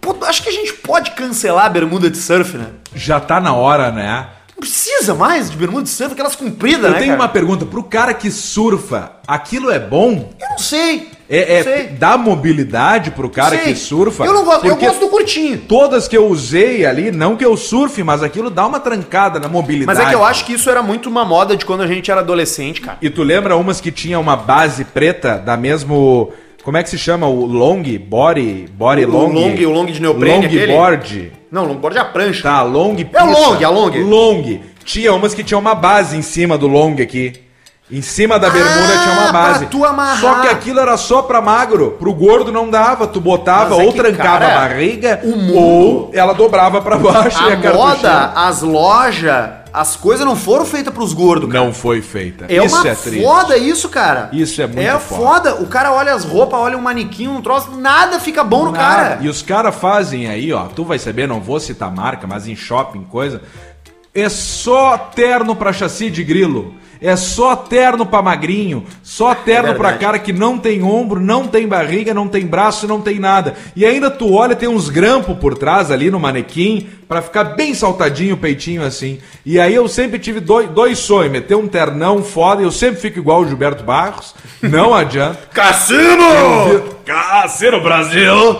Speaker 1: Pô, acho que a gente pode cancelar a bermuda de surf, né?
Speaker 2: Já tá na hora, né?
Speaker 1: Não precisa mais de bermuda de surf, aquelas compridas,
Speaker 2: Eu
Speaker 1: né,
Speaker 2: tenho
Speaker 1: cara?
Speaker 2: uma pergunta. Pro cara que surfa, aquilo é bom?
Speaker 1: Eu não sei.
Speaker 2: É, é,
Speaker 1: Não sei.
Speaker 2: dá mobilidade pro cara
Speaker 1: Sei.
Speaker 2: que surfa?
Speaker 1: Eu não gosto, eu
Speaker 2: Porque
Speaker 1: gosto do curtinho.
Speaker 2: Todas que eu usei ali, não que eu surfe, mas aquilo dá uma trancada na mobilidade.
Speaker 1: Mas é que eu acho que isso era muito uma moda de quando a gente era adolescente, cara.
Speaker 2: E tu lembra umas que tinha uma base preta da mesmo. Como é que se chama? O long body. Body
Speaker 1: O
Speaker 2: long.
Speaker 1: long- o long de neoprene, aquele?
Speaker 2: Longboard.
Speaker 1: Não, longboard é a prancha.
Speaker 2: Tá, long.
Speaker 1: É o long, é o long.
Speaker 2: Long. Tinha umas que tinha uma base em cima do long aqui. Em cima da bermuda
Speaker 1: Ah,
Speaker 2: tinha uma base.
Speaker 1: pra tu amarrar.
Speaker 2: Só que aquilo era só pra magro. Pro gordo não dava. Tu botava
Speaker 1: Mas é
Speaker 2: ou
Speaker 1: que,
Speaker 2: trancava
Speaker 1: cara,
Speaker 2: a barriga
Speaker 1: o mundo-
Speaker 2: ou ela dobrava pra baixo e
Speaker 1: A
Speaker 2: a cara
Speaker 1: moda, as lojas, as coisas não foram feitas pros gordos, cara.
Speaker 2: não foi feita.
Speaker 1: É uma foda isso, cara.
Speaker 2: Isso é muito
Speaker 1: É
Speaker 2: foda.
Speaker 1: foda. O cara olha as roupas, olha um manequim, um troço, nada fica bom no
Speaker 2: Nada.
Speaker 1: cara.
Speaker 2: E os caras fazem aí, ó. Tu vai saber, não vou citar marca, mas em shopping, coisa. É só terno pra chassi de grilo. É só terno pra magrinho. Só terno
Speaker 1: É
Speaker 2: pra
Speaker 1: verdade.
Speaker 2: cara que não tem ombro, não tem barriga, não tem braço, não tem nada. E ainda tu olha, tem uns grampos por trás ali no manequim pra ficar bem saltadinho o peitinho assim. E aí eu sempre tive dois, dois sonhos: meter um ternão foda. Eu sempre fico igual o Gilberto Barros. Não adianta.
Speaker 1: Cassino!
Speaker 2: Cacero Brasil!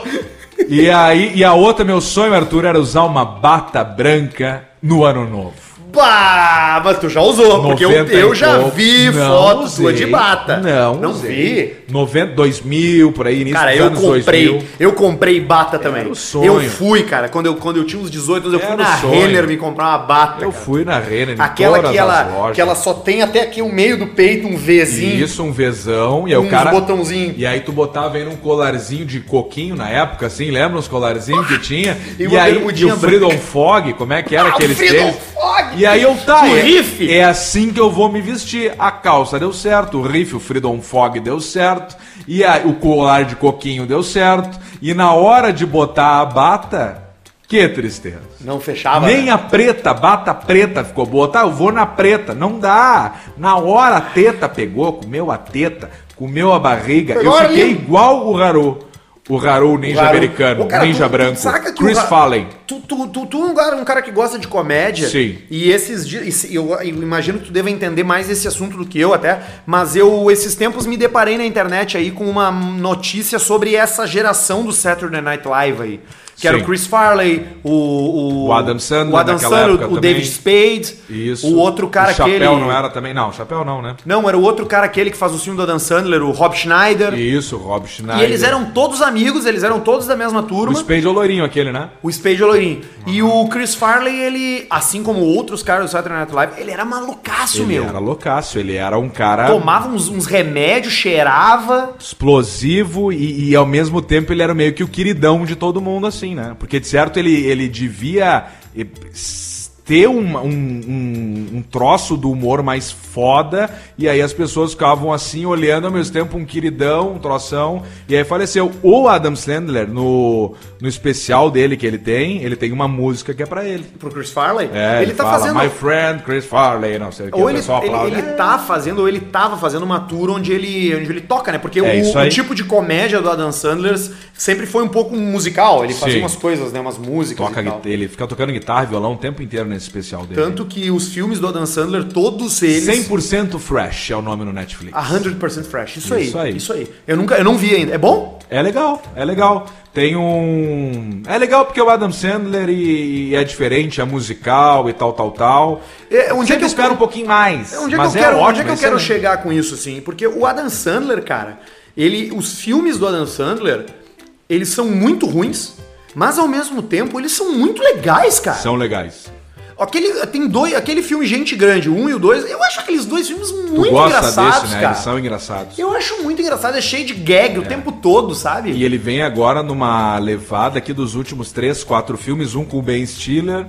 Speaker 2: E aí, e a outra, meu sonho, Arthur, era usar uma bata branca no ano novo.
Speaker 1: Bah, mas tu já usou, porque eu,
Speaker 2: 90 e
Speaker 1: eu já
Speaker 2: pouco.
Speaker 1: vi
Speaker 2: Não
Speaker 1: foto
Speaker 2: usei.
Speaker 1: sua de bata.
Speaker 2: Não,
Speaker 1: não
Speaker 2: usei.
Speaker 1: vi.
Speaker 2: 90, 2000, por aí, início
Speaker 1: Cara,
Speaker 2: dos
Speaker 1: eu
Speaker 2: anos
Speaker 1: comprei,
Speaker 2: 2000.
Speaker 1: eu comprei bata também.
Speaker 2: o
Speaker 1: Eu
Speaker 2: sonho.
Speaker 1: fui, cara, quando eu, quando eu tinha uns 18 anos, eu
Speaker 2: Era
Speaker 1: fui
Speaker 2: o
Speaker 1: na
Speaker 2: sonho.
Speaker 1: Renner me comprar uma bata.
Speaker 2: Eu
Speaker 1: cara.
Speaker 2: fui na Renner, em
Speaker 1: Aquela
Speaker 2: todas
Speaker 1: que
Speaker 2: as
Speaker 1: ela,
Speaker 2: lojas.
Speaker 1: que ela só tem até aqui o meio do peito, um Vzinho.
Speaker 2: Isso, um vezão. E aí o
Speaker 1: Uns
Speaker 2: cara.
Speaker 1: botãozinho.
Speaker 2: E aí tu botava aí num colarzinho de coquinho na época, assim, lembra os colarzinhos que tinha?
Speaker 1: E
Speaker 2: E,
Speaker 1: uma
Speaker 2: aí e
Speaker 1: bermudinha
Speaker 2: o Freedom Fog, como é que era
Speaker 1: Ah, o
Speaker 2: aquele
Speaker 1: Freedom
Speaker 2: tênis?
Speaker 1: Fog!
Speaker 2: E aí eu tá.
Speaker 1: O
Speaker 2: é,
Speaker 1: riff!
Speaker 2: É assim que eu vou me vestir. A calça deu certo, o riff, o Freedom Fog deu certo. E aí, o colar de coquinho deu certo. E na hora de botar a bata, que tristeza.
Speaker 1: Não fechava.
Speaker 2: Nem
Speaker 1: né?
Speaker 2: a preta, bata preta ficou boa. Tá, eu vou na preta. Não dá. Na hora a teta pegou, comeu a teta, comeu a barriga.
Speaker 1: Pegou
Speaker 2: eu
Speaker 1: a
Speaker 2: fiquei
Speaker 1: linha.
Speaker 2: igual o Haru. O Haru, o ninja
Speaker 1: Claro.
Speaker 2: americano,
Speaker 1: Ô, cara,
Speaker 2: ninja
Speaker 1: tu- tu
Speaker 2: branco.
Speaker 1: saca que o
Speaker 2: Chris
Speaker 1: Ra-
Speaker 2: Fallen.
Speaker 1: Tu, tu, tu, tu é um cara, um cara que gosta de comédia.
Speaker 2: Sim.
Speaker 1: E esses dias. e se- Eu, eu imagino que tu deva entender mais esse assunto do que eu até. Mas eu, esses tempos, me deparei na internet aí com uma notícia sobre essa geração do Saturday Night Live aí. Que era
Speaker 2: Sim.
Speaker 1: o Chris Farley, o, o,
Speaker 2: O Adam Sandler
Speaker 1: o, Adam
Speaker 2: naquela
Speaker 1: Sandler,
Speaker 2: época
Speaker 1: o
Speaker 2: também.
Speaker 1: David Spade, o outro cara
Speaker 2: O
Speaker 1: que
Speaker 2: chapéu
Speaker 1: ele.
Speaker 2: não era também. Não, o chapéu não, né?
Speaker 1: Não, era o outro cara aquele que faz o filme do Adam Sandler, o Rob Schneider. E,
Speaker 2: Isso, Rob Schneider.
Speaker 1: eles eram todos amigos, eles eram todos da mesma
Speaker 2: O
Speaker 1: turma.
Speaker 2: Spade é o loirinho aquele, né?
Speaker 1: O Spade é loirinho. E o Chris Farley, ele, assim como outros caras do Saturday Night Live, ele era malucaço,
Speaker 2: Ele
Speaker 1: meu.
Speaker 2: era loucaço, ele era um cara.
Speaker 1: Tomava uns, uns remédios, cheirava.
Speaker 2: explosivo e, e, ao mesmo tempo ele era meio que o queridão de todo mundo, assim, né? Porque de certo ele, ele devia eh, s- ter um, um, um, um troço do humor mais foda e aí as pessoas ficavam assim olhando ao mesmo tempo um queridão, um troção e aí faleceu. O Adam Sandler, no, no especial dele que ele tem, ele tem uma música que é pra ele.
Speaker 1: Pro Chris Farley,
Speaker 2: É,
Speaker 1: ele tá
Speaker 2: fala,
Speaker 1: fazendo.
Speaker 2: My friend Chris Farley, não sei o que,
Speaker 1: Ou
Speaker 2: o
Speaker 1: ele,
Speaker 2: pessoal né? aplaude.
Speaker 1: ele, ele tá fazendo, ou ele tava fazendo uma tour onde ele, onde ele toca, né? Porque
Speaker 2: É
Speaker 1: o-
Speaker 2: isso
Speaker 1: o,
Speaker 2: aí.
Speaker 1: tipo de comédia do Adam Sandler sempre foi um pouco musical. Ele fazia
Speaker 2: Sim.
Speaker 1: umas coisas, né? Umas músicas.
Speaker 2: Toca,
Speaker 1: e tal.
Speaker 2: guita- ele fica tocando guitarra e violão o tempo inteiro nesse especial dele.
Speaker 1: Tanto que os filmes do Adam Sandler, todos eles.
Speaker 2: 100% Fresh é o nome no Netflix.
Speaker 1: A 100% fresh. Isso,
Speaker 2: Isso
Speaker 1: aí,
Speaker 2: aí.
Speaker 1: Isso aí. Eu nunca, eu não vi ainda. É bom?
Speaker 2: É legal, é legal. Tem um. É legal porque o Adam Sandler e, e é diferente, é musical e tal, tal, tal.
Speaker 1: É, onde é que
Speaker 2: Sempre
Speaker 1: eu-
Speaker 2: espero um pouquinho mais.
Speaker 1: Onde é que eu
Speaker 2: mas é
Speaker 1: quero,
Speaker 2: ótimo,
Speaker 1: onde é que eu
Speaker 2: excelente.
Speaker 1: quero chegar com isso assim? Porque o Adam Sandler, cara, ele os filmes do Adam Sandler, eles são muito ruins, mas ao mesmo tempo eles são muito legais, cara.
Speaker 2: São legais.
Speaker 1: Aquele tem dois, aquele filme Gente Grande, o um e o dois, eu acho aqueles dois filmes
Speaker 2: Tu
Speaker 1: muito
Speaker 2: gosta
Speaker 1: engraçados,
Speaker 2: desse, né?
Speaker 1: cara.
Speaker 2: Eles são engraçados.
Speaker 1: Eu acho muito engraçado, é cheio de gag o tempo todo, sabe?
Speaker 2: E ele vem agora numa levada aqui dos últimos três, quatro filmes, um com o Ben Stiller,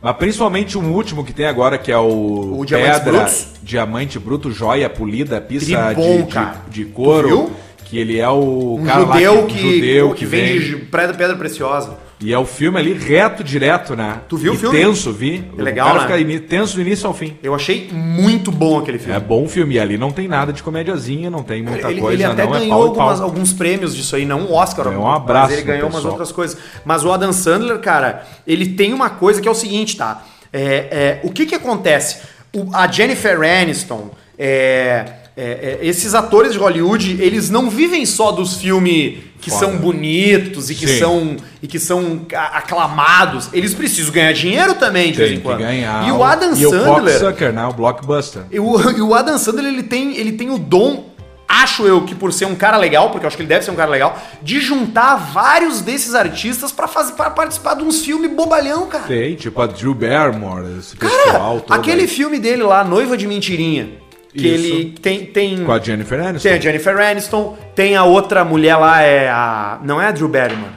Speaker 2: mas principalmente o último que tem agora, que é o,
Speaker 1: O Diamantes Brutos?
Speaker 2: Diamante Bruto, Joia Polida, pizza
Speaker 1: Tribom,
Speaker 2: de, de-
Speaker 1: cara. Tu
Speaker 2: de
Speaker 1: viu?
Speaker 2: couro. Que ele é o
Speaker 1: um
Speaker 2: cara lá
Speaker 1: judeu,
Speaker 2: que,
Speaker 1: que,
Speaker 2: um judeu
Speaker 1: que, vende
Speaker 2: vem-
Speaker 1: de pedra, pedra preciosa.
Speaker 2: E é o filme ali reto, direto, né?
Speaker 1: Tu viu
Speaker 2: E
Speaker 1: o filme?
Speaker 2: Tenso, vi.
Speaker 1: É legal,
Speaker 2: o cara
Speaker 1: né?
Speaker 2: fica ini- tenso do início ao fim.
Speaker 1: Eu achei muito bom aquele
Speaker 2: É
Speaker 1: filme.
Speaker 2: bom filme. E ali não tem nada de comediazinha, não tem muita
Speaker 1: ele,
Speaker 2: coisa,
Speaker 1: ele até
Speaker 2: não. é
Speaker 1: ganhou
Speaker 2: pau e pau.
Speaker 1: algumas- alguns prêmios disso aí, não um Oscar,
Speaker 2: Ganhou um
Speaker 1: mas
Speaker 2: abraço
Speaker 1: ele
Speaker 2: do
Speaker 1: ganhou umas
Speaker 2: pessoal.
Speaker 1: outras coisas. Mas o Adam Sandler, cara, ele tem uma coisa que é o seguinte, tá? É, é, o que que acontece? O- a Jennifer Aniston, é, é, é, esses atores de Hollywood, eles não vivem só dos filmes que
Speaker 2: Foda.
Speaker 1: são bonitos e que
Speaker 2: Sim.
Speaker 1: são e que são a- aclamados. Eles precisam ganhar dinheiro também de
Speaker 2: Tem
Speaker 1: vez em
Speaker 2: que
Speaker 1: quando.
Speaker 2: ganhar.
Speaker 1: e o Adam
Speaker 2: E o
Speaker 1: Sandler,
Speaker 2: Cocksucker, né? O Blockbuster.
Speaker 1: e o, e o Adam Sandler, ele tem, ele tem o dom, acho eu, que por ser um cara legal, porque eu acho que ele deve ser um cara legal, de juntar vários desses artistas pra, fazer, pra participar de uns filmes bobalhão, cara.
Speaker 2: Tem, tipo a Drew Barrymore, esse pessoal
Speaker 1: Cara,
Speaker 2: todo
Speaker 1: aquele
Speaker 2: aí.
Speaker 1: filme dele lá, Noiva de Mentirinha, que
Speaker 2: Isso.
Speaker 1: ele tem... tem...
Speaker 2: Com a Jennifer Aniston.
Speaker 1: Tem a Jennifer Aniston, tem a outra mulher lá, é a. Não é a Drew Barrymore.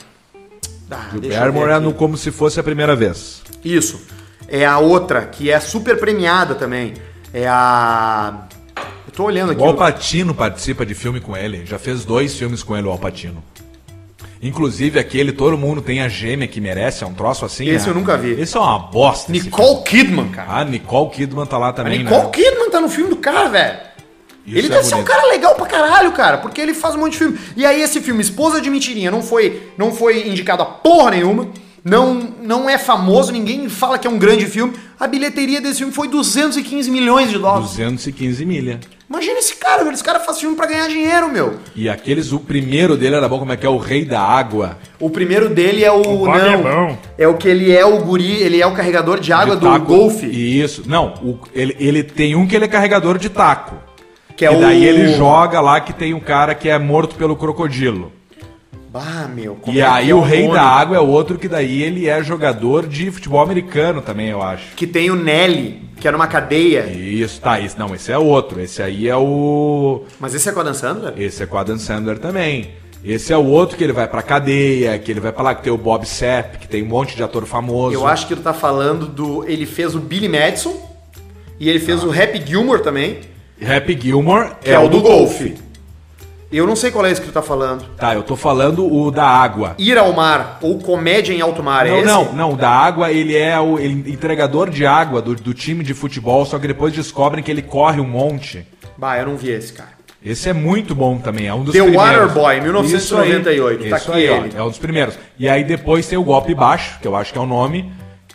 Speaker 1: Ah,
Speaker 2: Drew
Speaker 1: deixa eu
Speaker 2: Barrymore
Speaker 1: ver
Speaker 2: é
Speaker 1: aqui.
Speaker 2: no Como Se Fosse a Primeira Vez.
Speaker 1: Isso. É a outra, que é super premiada também. É a. Eu tô olhando aqui.
Speaker 2: O Alpatino participa de filme com ele. Já fez dois filmes com ele, o Alpatino. Inclusive aquele Todo Mundo Tem a Gêmea que Merece, é um troço assim.
Speaker 1: Esse
Speaker 2: né?
Speaker 1: eu nunca vi.
Speaker 2: Esse é uma bosta. esse filme.
Speaker 1: Nicole Kidman, cara.
Speaker 2: Ah, Nicole Kidman tá lá
Speaker 1: A
Speaker 2: também,
Speaker 1: Nicole
Speaker 2: né?
Speaker 1: Kidman tá no filme do cara, velho.
Speaker 2: Isso
Speaker 1: ele
Speaker 2: é
Speaker 1: deve ser um
Speaker 2: bonito.
Speaker 1: cara legal pra caralho, cara, porque ele faz um monte de filme. E aí esse filme, Esposa de Mentirinha, não foi, não foi indicado a porra nenhuma, não, não é famoso, ninguém fala que é um grande filme. A bilheteria desse filme foi 215 milhões de dólares.
Speaker 2: 215 milha.
Speaker 1: Imagina esse cara, velho. Esse cara faz filme pra ganhar dinheiro, meu.
Speaker 2: E aqueles, o primeiro dele era bom, como é que é? O Rei da Água.
Speaker 1: O primeiro dele é o. não,
Speaker 4: Babelão.
Speaker 1: é o que ele é o guri, ele é o carregador de água
Speaker 2: De
Speaker 1: do
Speaker 2: taco.
Speaker 1: golfe.
Speaker 2: Isso. Não, o- ele, ele tem um que ele é carregador de taco.
Speaker 1: Que é
Speaker 2: e daí
Speaker 1: o-
Speaker 2: ele joga lá que tem um cara que é morto pelo crocodilo.
Speaker 1: Ah, meu. como
Speaker 2: E
Speaker 1: é que
Speaker 2: aí
Speaker 1: é
Speaker 2: o rei
Speaker 1: nome?
Speaker 2: da água é outro que daí ele é jogador de futebol americano também, eu acho.
Speaker 1: Que tem o Nelly, que é numa cadeia.
Speaker 2: Isso, tá, isso. Não, esse é outro. Esse aí é o.
Speaker 1: Mas esse é com a Dan Sandler?
Speaker 2: Esse é com a Dan Sandler também. Esse é o outro que ele vai pra cadeia, que ele vai pra lá, que tem o Bob Sepp, que tem um monte de ator famoso.
Speaker 1: Eu acho que tu tá falando do. Ele fez o Billy Madison e ele fez o Happy Gilmore também,
Speaker 2: Happy Gilmore um
Speaker 1: que é, o do golfe. Eu não sei qual é esse que tu tá falando.
Speaker 2: Tá, eu tô falando o da água.
Speaker 1: Ir ao mar ou comédia em alto mar é
Speaker 2: Não,
Speaker 1: esse?
Speaker 2: não, não, o da água, ele é o ele- entregador de água do, do time de futebol, só que depois descobrem que ele corre um monte.
Speaker 1: Bah, eu não vi esse, cara.
Speaker 2: Esse é muito bom também, é um dos
Speaker 1: The
Speaker 2: primeiros.
Speaker 1: Waterboy, 1998,
Speaker 2: Isso aí,
Speaker 1: tá
Speaker 2: isso
Speaker 1: aqui
Speaker 2: aí, ó,
Speaker 1: ele.
Speaker 2: É um dos primeiros. E aí depois tem o golpe baixo, que eu acho que é o nome,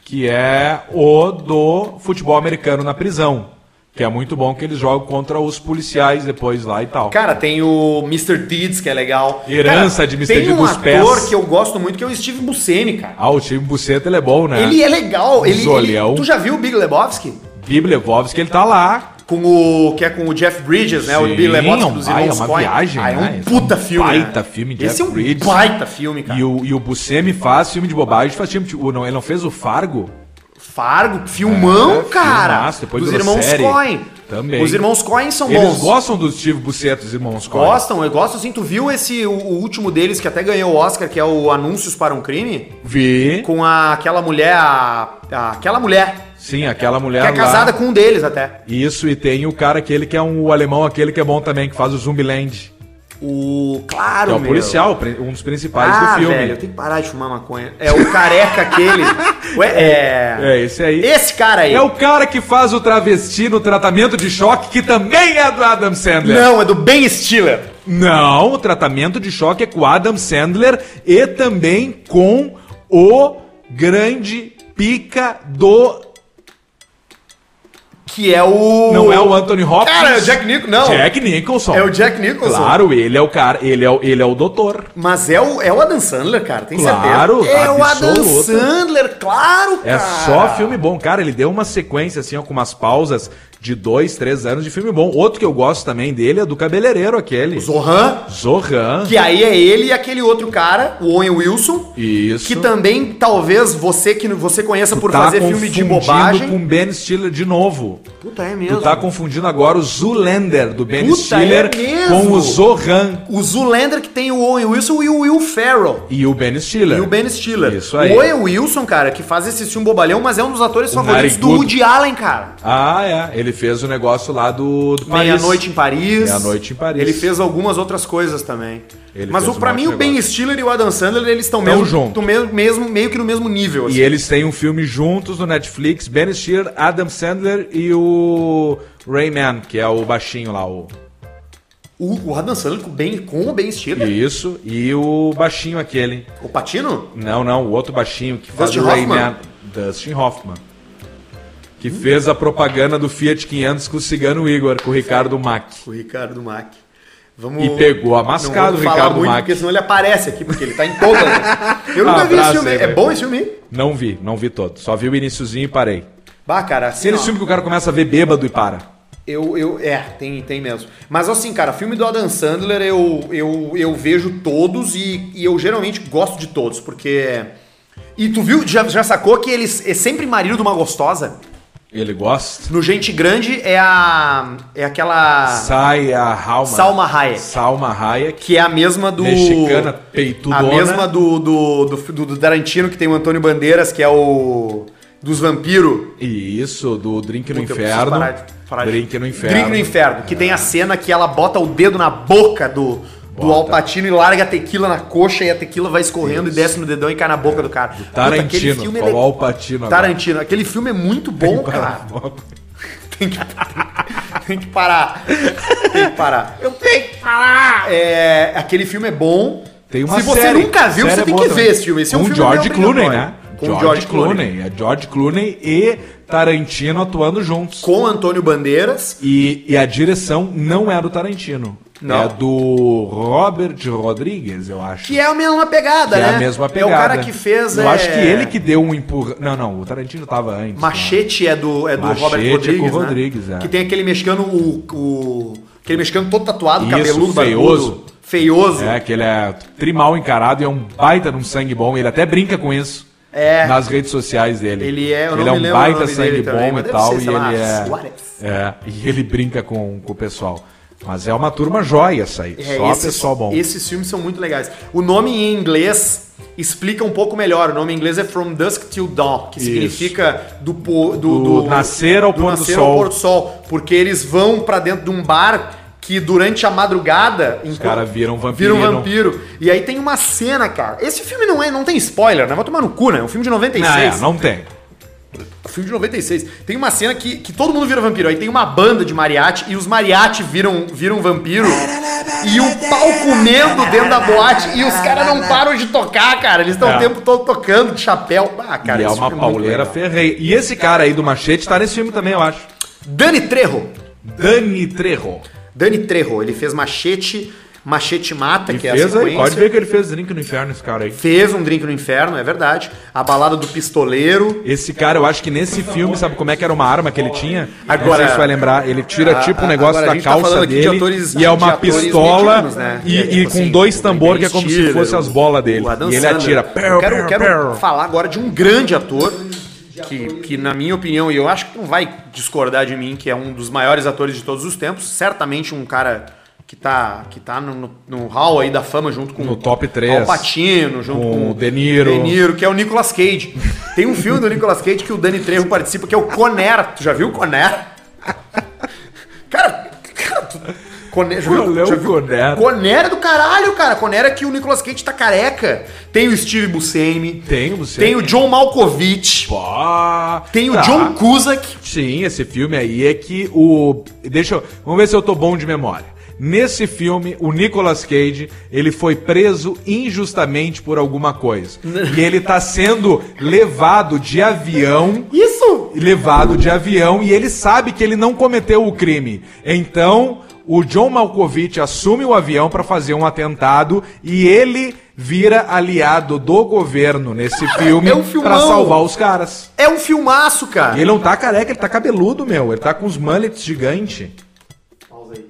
Speaker 2: que é o do futebol americano na prisão. Que é muito bom que eles jogam contra os policiais depois lá e tal.
Speaker 1: Cara, tem o Mr. Deeds, que é legal.
Speaker 2: Herança de Mr.
Speaker 1: Tem
Speaker 2: Deeds
Speaker 1: um
Speaker 2: dos
Speaker 1: ator
Speaker 2: pés.
Speaker 1: que eu gosto muito, que é o Steve Buscemi, cara.
Speaker 2: Ah, o time Buceta ele é bom, né?
Speaker 1: Ele é legal. Ele,
Speaker 2: Zolião.
Speaker 1: ele, tu já viu o Big Lebowski?
Speaker 2: Biblevovski, ele tá lá.
Speaker 1: Com o. Que é com o Jeff Bridges, né? o
Speaker 2: Sim,
Speaker 1: Big Lebowski
Speaker 2: é um
Speaker 1: dos
Speaker 2: baita,
Speaker 1: irmãos
Speaker 2: uma
Speaker 1: Coen.
Speaker 2: viagem,
Speaker 1: Ah, é
Speaker 2: né?
Speaker 1: um puta filme. né?
Speaker 2: Baita filme,
Speaker 1: Esse
Speaker 2: Jeff
Speaker 1: é um
Speaker 2: Bridges.
Speaker 1: baita filme, cara.
Speaker 2: E o, e o Buscemi faz filme de bobagem, faz filme de, o- não, ele não fez o Fargo?
Speaker 1: Fargo, filmão,
Speaker 2: É,
Speaker 1: cara.
Speaker 2: filmaço, depois
Speaker 1: Dos
Speaker 2: virou
Speaker 1: irmãos
Speaker 2: série.
Speaker 1: Coen.
Speaker 2: Também.
Speaker 1: Os irmãos Coen são
Speaker 2: Eles
Speaker 1: bons.
Speaker 2: gostam do Steve Buscetta, os irmãos Coen.
Speaker 1: Gostam, eu gosto assim. Tu viu esse, o, o último deles que até ganhou o Oscar, que é o Anúncios para um Crime?
Speaker 2: Vi.
Speaker 1: Com a- aquela mulher, a- a- aquela mulher,
Speaker 2: Sim, aquela mulher
Speaker 1: que é
Speaker 2: lá.
Speaker 1: casada com um deles até.
Speaker 2: Isso, e tem o cara aquele que é um o alemão, aquele que é bom também, que faz o Zumbiland.
Speaker 1: O.
Speaker 2: Que
Speaker 1: Claro,
Speaker 2: é o
Speaker 1: meu.
Speaker 2: policial, pri- um dos principais
Speaker 1: Ah,
Speaker 2: do filme.
Speaker 1: velho, eu tenho que parar de fumar maconha. É o careca aquele. Ué, é...
Speaker 2: É, esse aí.
Speaker 1: Esse cara aí.
Speaker 2: É o cara que faz o travesti no tratamento de choque, que também é do Adam Sandler.
Speaker 1: Não, é do Ben Stiller.
Speaker 2: Não, o tratamento de choque é com o Adam Sandler e também com o grande pica do.
Speaker 1: Que é o.
Speaker 2: Não é o Anthony Hopkins.
Speaker 1: Cara, é o Jack Nicholson. Não.
Speaker 2: Jack Nicholson.
Speaker 1: É o Jack Nicholson.
Speaker 2: Claro, ele é o cara, ele é o, ele é o doutor.
Speaker 1: Mas é o, é o Adam Sandler, cara, tem
Speaker 2: Claro,
Speaker 1: certeza. É o Adam
Speaker 2: absoluto.
Speaker 1: Sandler, claro, cara.
Speaker 2: É só filme bom, cara. Ele deu uma sequência, assim, ó, com umas pausas de dois, três anos de filme bom. Outro que eu gosto também dele é do cabeleireiro aquele.
Speaker 1: Zohan,
Speaker 2: Zohan.
Speaker 1: que aí é ele e aquele outro cara, o Owen Wilson.
Speaker 2: Isso.
Speaker 1: Que também, talvez, você que você conheça por fazer filme de
Speaker 2: Tá confundindo
Speaker 1: bobagem.
Speaker 2: com Ben Stiller de novo.
Speaker 1: Puta, é
Speaker 2: Tu
Speaker 1: mesmo.
Speaker 2: tá confundindo agora o Zoolander do Ben
Speaker 1: Puta,
Speaker 2: Stiller
Speaker 1: é mesmo?
Speaker 2: com o Zohan
Speaker 1: O Zoolander que tem o Owen Wilson e o Will Ferrell.
Speaker 2: e o Ben Stiller.
Speaker 1: E o Ben Stiller.
Speaker 2: Isso aí.
Speaker 1: O Owen Wilson, cara, que faz esse filme bobalhão, mas é um dos atores favoritos do
Speaker 2: narigudo.
Speaker 1: Woody Allen, cara.
Speaker 2: Ah, é. Ele fez o negócio lá do, do Paris.
Speaker 1: Meia-noite em Paris.
Speaker 2: Meia-Noite em Paris.
Speaker 1: Ele fez algumas outras coisas também.
Speaker 2: Ele
Speaker 1: Mas o,
Speaker 2: fez um
Speaker 1: pra
Speaker 2: monte
Speaker 1: mim,
Speaker 2: de
Speaker 1: o Ben
Speaker 2: negócio.
Speaker 1: Stiller e o Adam Sandler, eles estão
Speaker 2: Tão
Speaker 1: mesmo,
Speaker 2: junto.
Speaker 1: tão mesmo, mesmo- meio que no mesmo nível. assim.
Speaker 2: E eles têm um filme juntos no Netflix, Ben Stiller, Adam Sandler e o Rayman, que é o baixinho lá, o...
Speaker 1: O, o Adam Sandler com, o ben, com o Ben Stiller.
Speaker 2: Isso, e o baixinho aquele.
Speaker 1: O Patino?
Speaker 2: Não, não, o outro baixinho que faz
Speaker 1: Dustin
Speaker 2: o Rayman.
Speaker 1: Hoffman?
Speaker 2: Dustin Hoffman. Que fez a propaganda do Fiat 500 com o Cigano Igor, com o Ricardo Mack.
Speaker 1: O Ricardo Mac. Vamos,
Speaker 2: E pegou a mascada
Speaker 1: não vamos
Speaker 2: o
Speaker 1: falar
Speaker 2: Ricardo
Speaker 1: muito,
Speaker 2: Mac.
Speaker 1: Porque senão ele aparece aqui, porque ele tá em todas. Eu nunca vi esse
Speaker 2: Abraço
Speaker 1: filme.
Speaker 2: aí,
Speaker 1: é
Speaker 2: velho.
Speaker 1: bom esse filme? aí?
Speaker 2: Não vi, não vi todo. Só vi o iniciozinho e parei.
Speaker 1: Bah, cara, assim,
Speaker 2: Aquele
Speaker 1: ó,
Speaker 2: filme que o cara começa a ver bêbado e para.
Speaker 1: Eu, eu, é, tem, tem mesmo. Mas assim, cara, filme do Adam Sandler eu, eu, eu vejo todos e, e eu geralmente gosto de todos, porque. E tu viu, já, já sacou que ele é sempre marido de uma gostosa?
Speaker 2: Ele gosta.
Speaker 1: No Gente Grande é a. É aquela.
Speaker 2: Sai a Halma.
Speaker 1: Salma Hayek.
Speaker 2: Salma Hayek.
Speaker 1: que é a mesma do.
Speaker 2: Mexicana, peitudona.
Speaker 1: A mesma do, do, do, do- do Tarantino, que tem o Antônio Bandeiras, que é o. Dos vampiros.
Speaker 2: E isso, do Drink no
Speaker 1: Puta, eu preciso
Speaker 2: Inferno.
Speaker 1: parar de- parar de-
Speaker 2: Drink no Inferno.
Speaker 1: Drink no Inferno, que tem a cena que ela bota o dedo na boca do, do
Speaker 2: Bota.
Speaker 1: Alpatino e larga a tequila na coxa e a tequila vai escorrendo e desce no dedão e cai na boca do cara. Puta, aquele
Speaker 2: Tarantino.
Speaker 1: filme,
Speaker 2: Falou
Speaker 1: ele- é
Speaker 2: Al Pacino agora.
Speaker 1: Tarantino. Aquele filme é muito bom, cara. Tem que, tem que parar. Tem que parar. Eu tenho que parar. É, aquele filme é bom.
Speaker 2: Tem uma
Speaker 1: Se você
Speaker 2: série.
Speaker 1: nunca viu,
Speaker 2: Série
Speaker 1: você
Speaker 2: é
Speaker 1: tem
Speaker 2: boa
Speaker 1: que
Speaker 2: também.
Speaker 1: ver esse filme. Esse é um
Speaker 2: Com
Speaker 1: filme
Speaker 2: George
Speaker 1: meio
Speaker 2: Clooney,
Speaker 1: obrigatório.
Speaker 2: né?
Speaker 1: Com George, Clooney.
Speaker 2: É George Clooney e Tarantino atuando juntos.
Speaker 1: Com Antônio Bandeiras.
Speaker 2: E, e a direção não é do Tarantino.
Speaker 1: Não.
Speaker 2: É do Robert Rodrigues, eu acho.
Speaker 1: Que é a mesma pegada,
Speaker 2: Que é
Speaker 1: né?
Speaker 2: a mesma pegada.
Speaker 1: É o cara que fez.
Speaker 2: Eu
Speaker 1: é,
Speaker 2: acho que ele que deu um empurra. Não, não, o Tarantino tava antes. né?
Speaker 1: Machete é do, é do
Speaker 2: Machete
Speaker 1: Robert
Speaker 2: é com
Speaker 1: Rodrigues.
Speaker 2: o
Speaker 1: né?
Speaker 2: Rodrigues, é.
Speaker 1: Que tem aquele mexicano, o. o- aquele mexicano todo tatuado,
Speaker 2: Isso,
Speaker 1: cabeludo, barbudo,
Speaker 2: feioso.
Speaker 1: Feioso.
Speaker 2: É, que ele é trimal encarado e é um baita de um sangue bom. Ele até brinca com isso.
Speaker 1: É.
Speaker 2: Nas redes sociais dele.
Speaker 1: Ele é- eu não
Speaker 2: ele é
Speaker 1: me
Speaker 2: um
Speaker 1: lembro o
Speaker 2: baita
Speaker 1: nome
Speaker 2: sangue
Speaker 1: dele
Speaker 2: bom
Speaker 1: também,
Speaker 2: e
Speaker 1: mas deve
Speaker 2: tal.
Speaker 1: ser, sei
Speaker 2: e
Speaker 1: lá,
Speaker 2: ele
Speaker 1: Suárez.
Speaker 2: é, é. E ele brinca com, com o pessoal. Mas é uma turma joia essa aí.
Speaker 1: É,
Speaker 2: Só
Speaker 1: esses-
Speaker 2: pessoal bom.
Speaker 1: Esses filmes são muito legais. O nome em inglês explica um pouco melhor. O nome em inglês é From Dusk Till Dawn, que
Speaker 2: Isso.
Speaker 1: significa do, po- do,
Speaker 2: Do nascer ao pôr do
Speaker 1: nascer
Speaker 2: sol.
Speaker 1: pôr do sol, Porque eles vão pra dentro de um bar que durante a madrugada. Os
Speaker 2: caras viram um vampiro.
Speaker 1: Viram vampiro. E aí tem uma cena, cara. Esse filme não é, não tem spoiler, né? Vai tomar no cu, né? É um filme de 96.
Speaker 2: Não, é, não tem.
Speaker 1: Filme de 96. Tem uma cena que, que todo mundo vira vampiro. Aí tem uma banda de mariachi e os mariachi viram, viram vampiro. E o pau comendo dentro da boate. E os caras não param de tocar, cara. Eles estão
Speaker 2: É.
Speaker 1: o tempo todo tocando de chapéu. Ah, cara,
Speaker 2: e é
Speaker 1: esse
Speaker 2: uma
Speaker 1: filme muito
Speaker 2: pauleira
Speaker 1: legal.
Speaker 2: ferreira. E esse cara aí do machete tá nesse filme também, eu acho.
Speaker 1: Dani Trejo.
Speaker 2: Dani Trejo.
Speaker 1: Dani Trejo. Ele fez Machete, Machete Mata,
Speaker 2: Ele
Speaker 1: que é a
Speaker 2: fez aí,
Speaker 1: sequência.
Speaker 2: pode ver que ele fez Drink no Inferno, esse cara aí.
Speaker 1: Fez um drink no inferno, é verdade. A balada do pistoleiro.
Speaker 2: Esse cara, eu acho que nesse filme, sabe como é que era uma arma que ele tinha?
Speaker 1: Agora-
Speaker 2: Não sei se vai lembrar. Ele tira
Speaker 1: A-
Speaker 2: tipo um
Speaker 1: a-
Speaker 2: negócio
Speaker 1: agora a
Speaker 2: da
Speaker 1: gente tá
Speaker 2: calça
Speaker 1: falando aqui de
Speaker 2: dele
Speaker 1: atores-
Speaker 2: e é
Speaker 1: de
Speaker 2: uma
Speaker 1: atores
Speaker 2: pistola
Speaker 1: mexicanos, né?
Speaker 2: e,
Speaker 1: Que é
Speaker 2: e
Speaker 1: tipo
Speaker 2: com
Speaker 1: assim,
Speaker 2: dois
Speaker 1: o
Speaker 2: tambor que é
Speaker 1: Ben
Speaker 2: como se
Speaker 1: Stiller,
Speaker 2: fosse as bolas dele.
Speaker 1: O Adam
Speaker 2: E ele
Speaker 1: Sandler.
Speaker 2: atira.
Speaker 1: Eu quero, eu quero falar agora de um grande ator que, que, na minha opinião, e eu acho que não vai discordar de mim, que é um dos maiores atores de todos os tempos, certamente um cara que tá, que tá no, no, no hall aí da fama junto com
Speaker 2: No top três.
Speaker 1: Al Pacino, junto
Speaker 2: Com
Speaker 1: com,
Speaker 2: o De Niro.
Speaker 1: De Niro, que é o Nicolas Cage. Tem um filme do Nicolas Cage que o Dani Trejo participa, que é o Conera. Tu já viu o Conera? Cara, cara, tu... Conera, já
Speaker 2: Qual é o Conera?
Speaker 1: Conera do caralho, cara. Conera que o Nicolas Cage tá careca. Tem o Steve Buscemi.
Speaker 2: Tem o Buscemi.
Speaker 1: Tem o John Malkovich.
Speaker 2: Pá,
Speaker 1: Tem o
Speaker 2: tá.
Speaker 1: John Cusack.
Speaker 2: Sim, esse filme aí é que o. Deixa eu. Vamos ver se eu tô bom de memória. Nesse filme, o Nicolas Cage, ele foi preso injustamente por alguma coisa. E ele tá sendo levado de avião.
Speaker 1: Isso!
Speaker 2: Levado de avião e ele sabe que ele não cometeu o crime. Então, o John Malkovich assume o avião pra fazer um atentado e ele vira aliado do governo nesse filme
Speaker 1: é um
Speaker 2: pra
Speaker 1: filmão.
Speaker 2: salvar os caras.
Speaker 1: É um filmaço, cara.
Speaker 2: E ele não tá careca, ele tá cabeludo, meu. Ele tá com os mullets gigante.
Speaker 1: Pausa aí.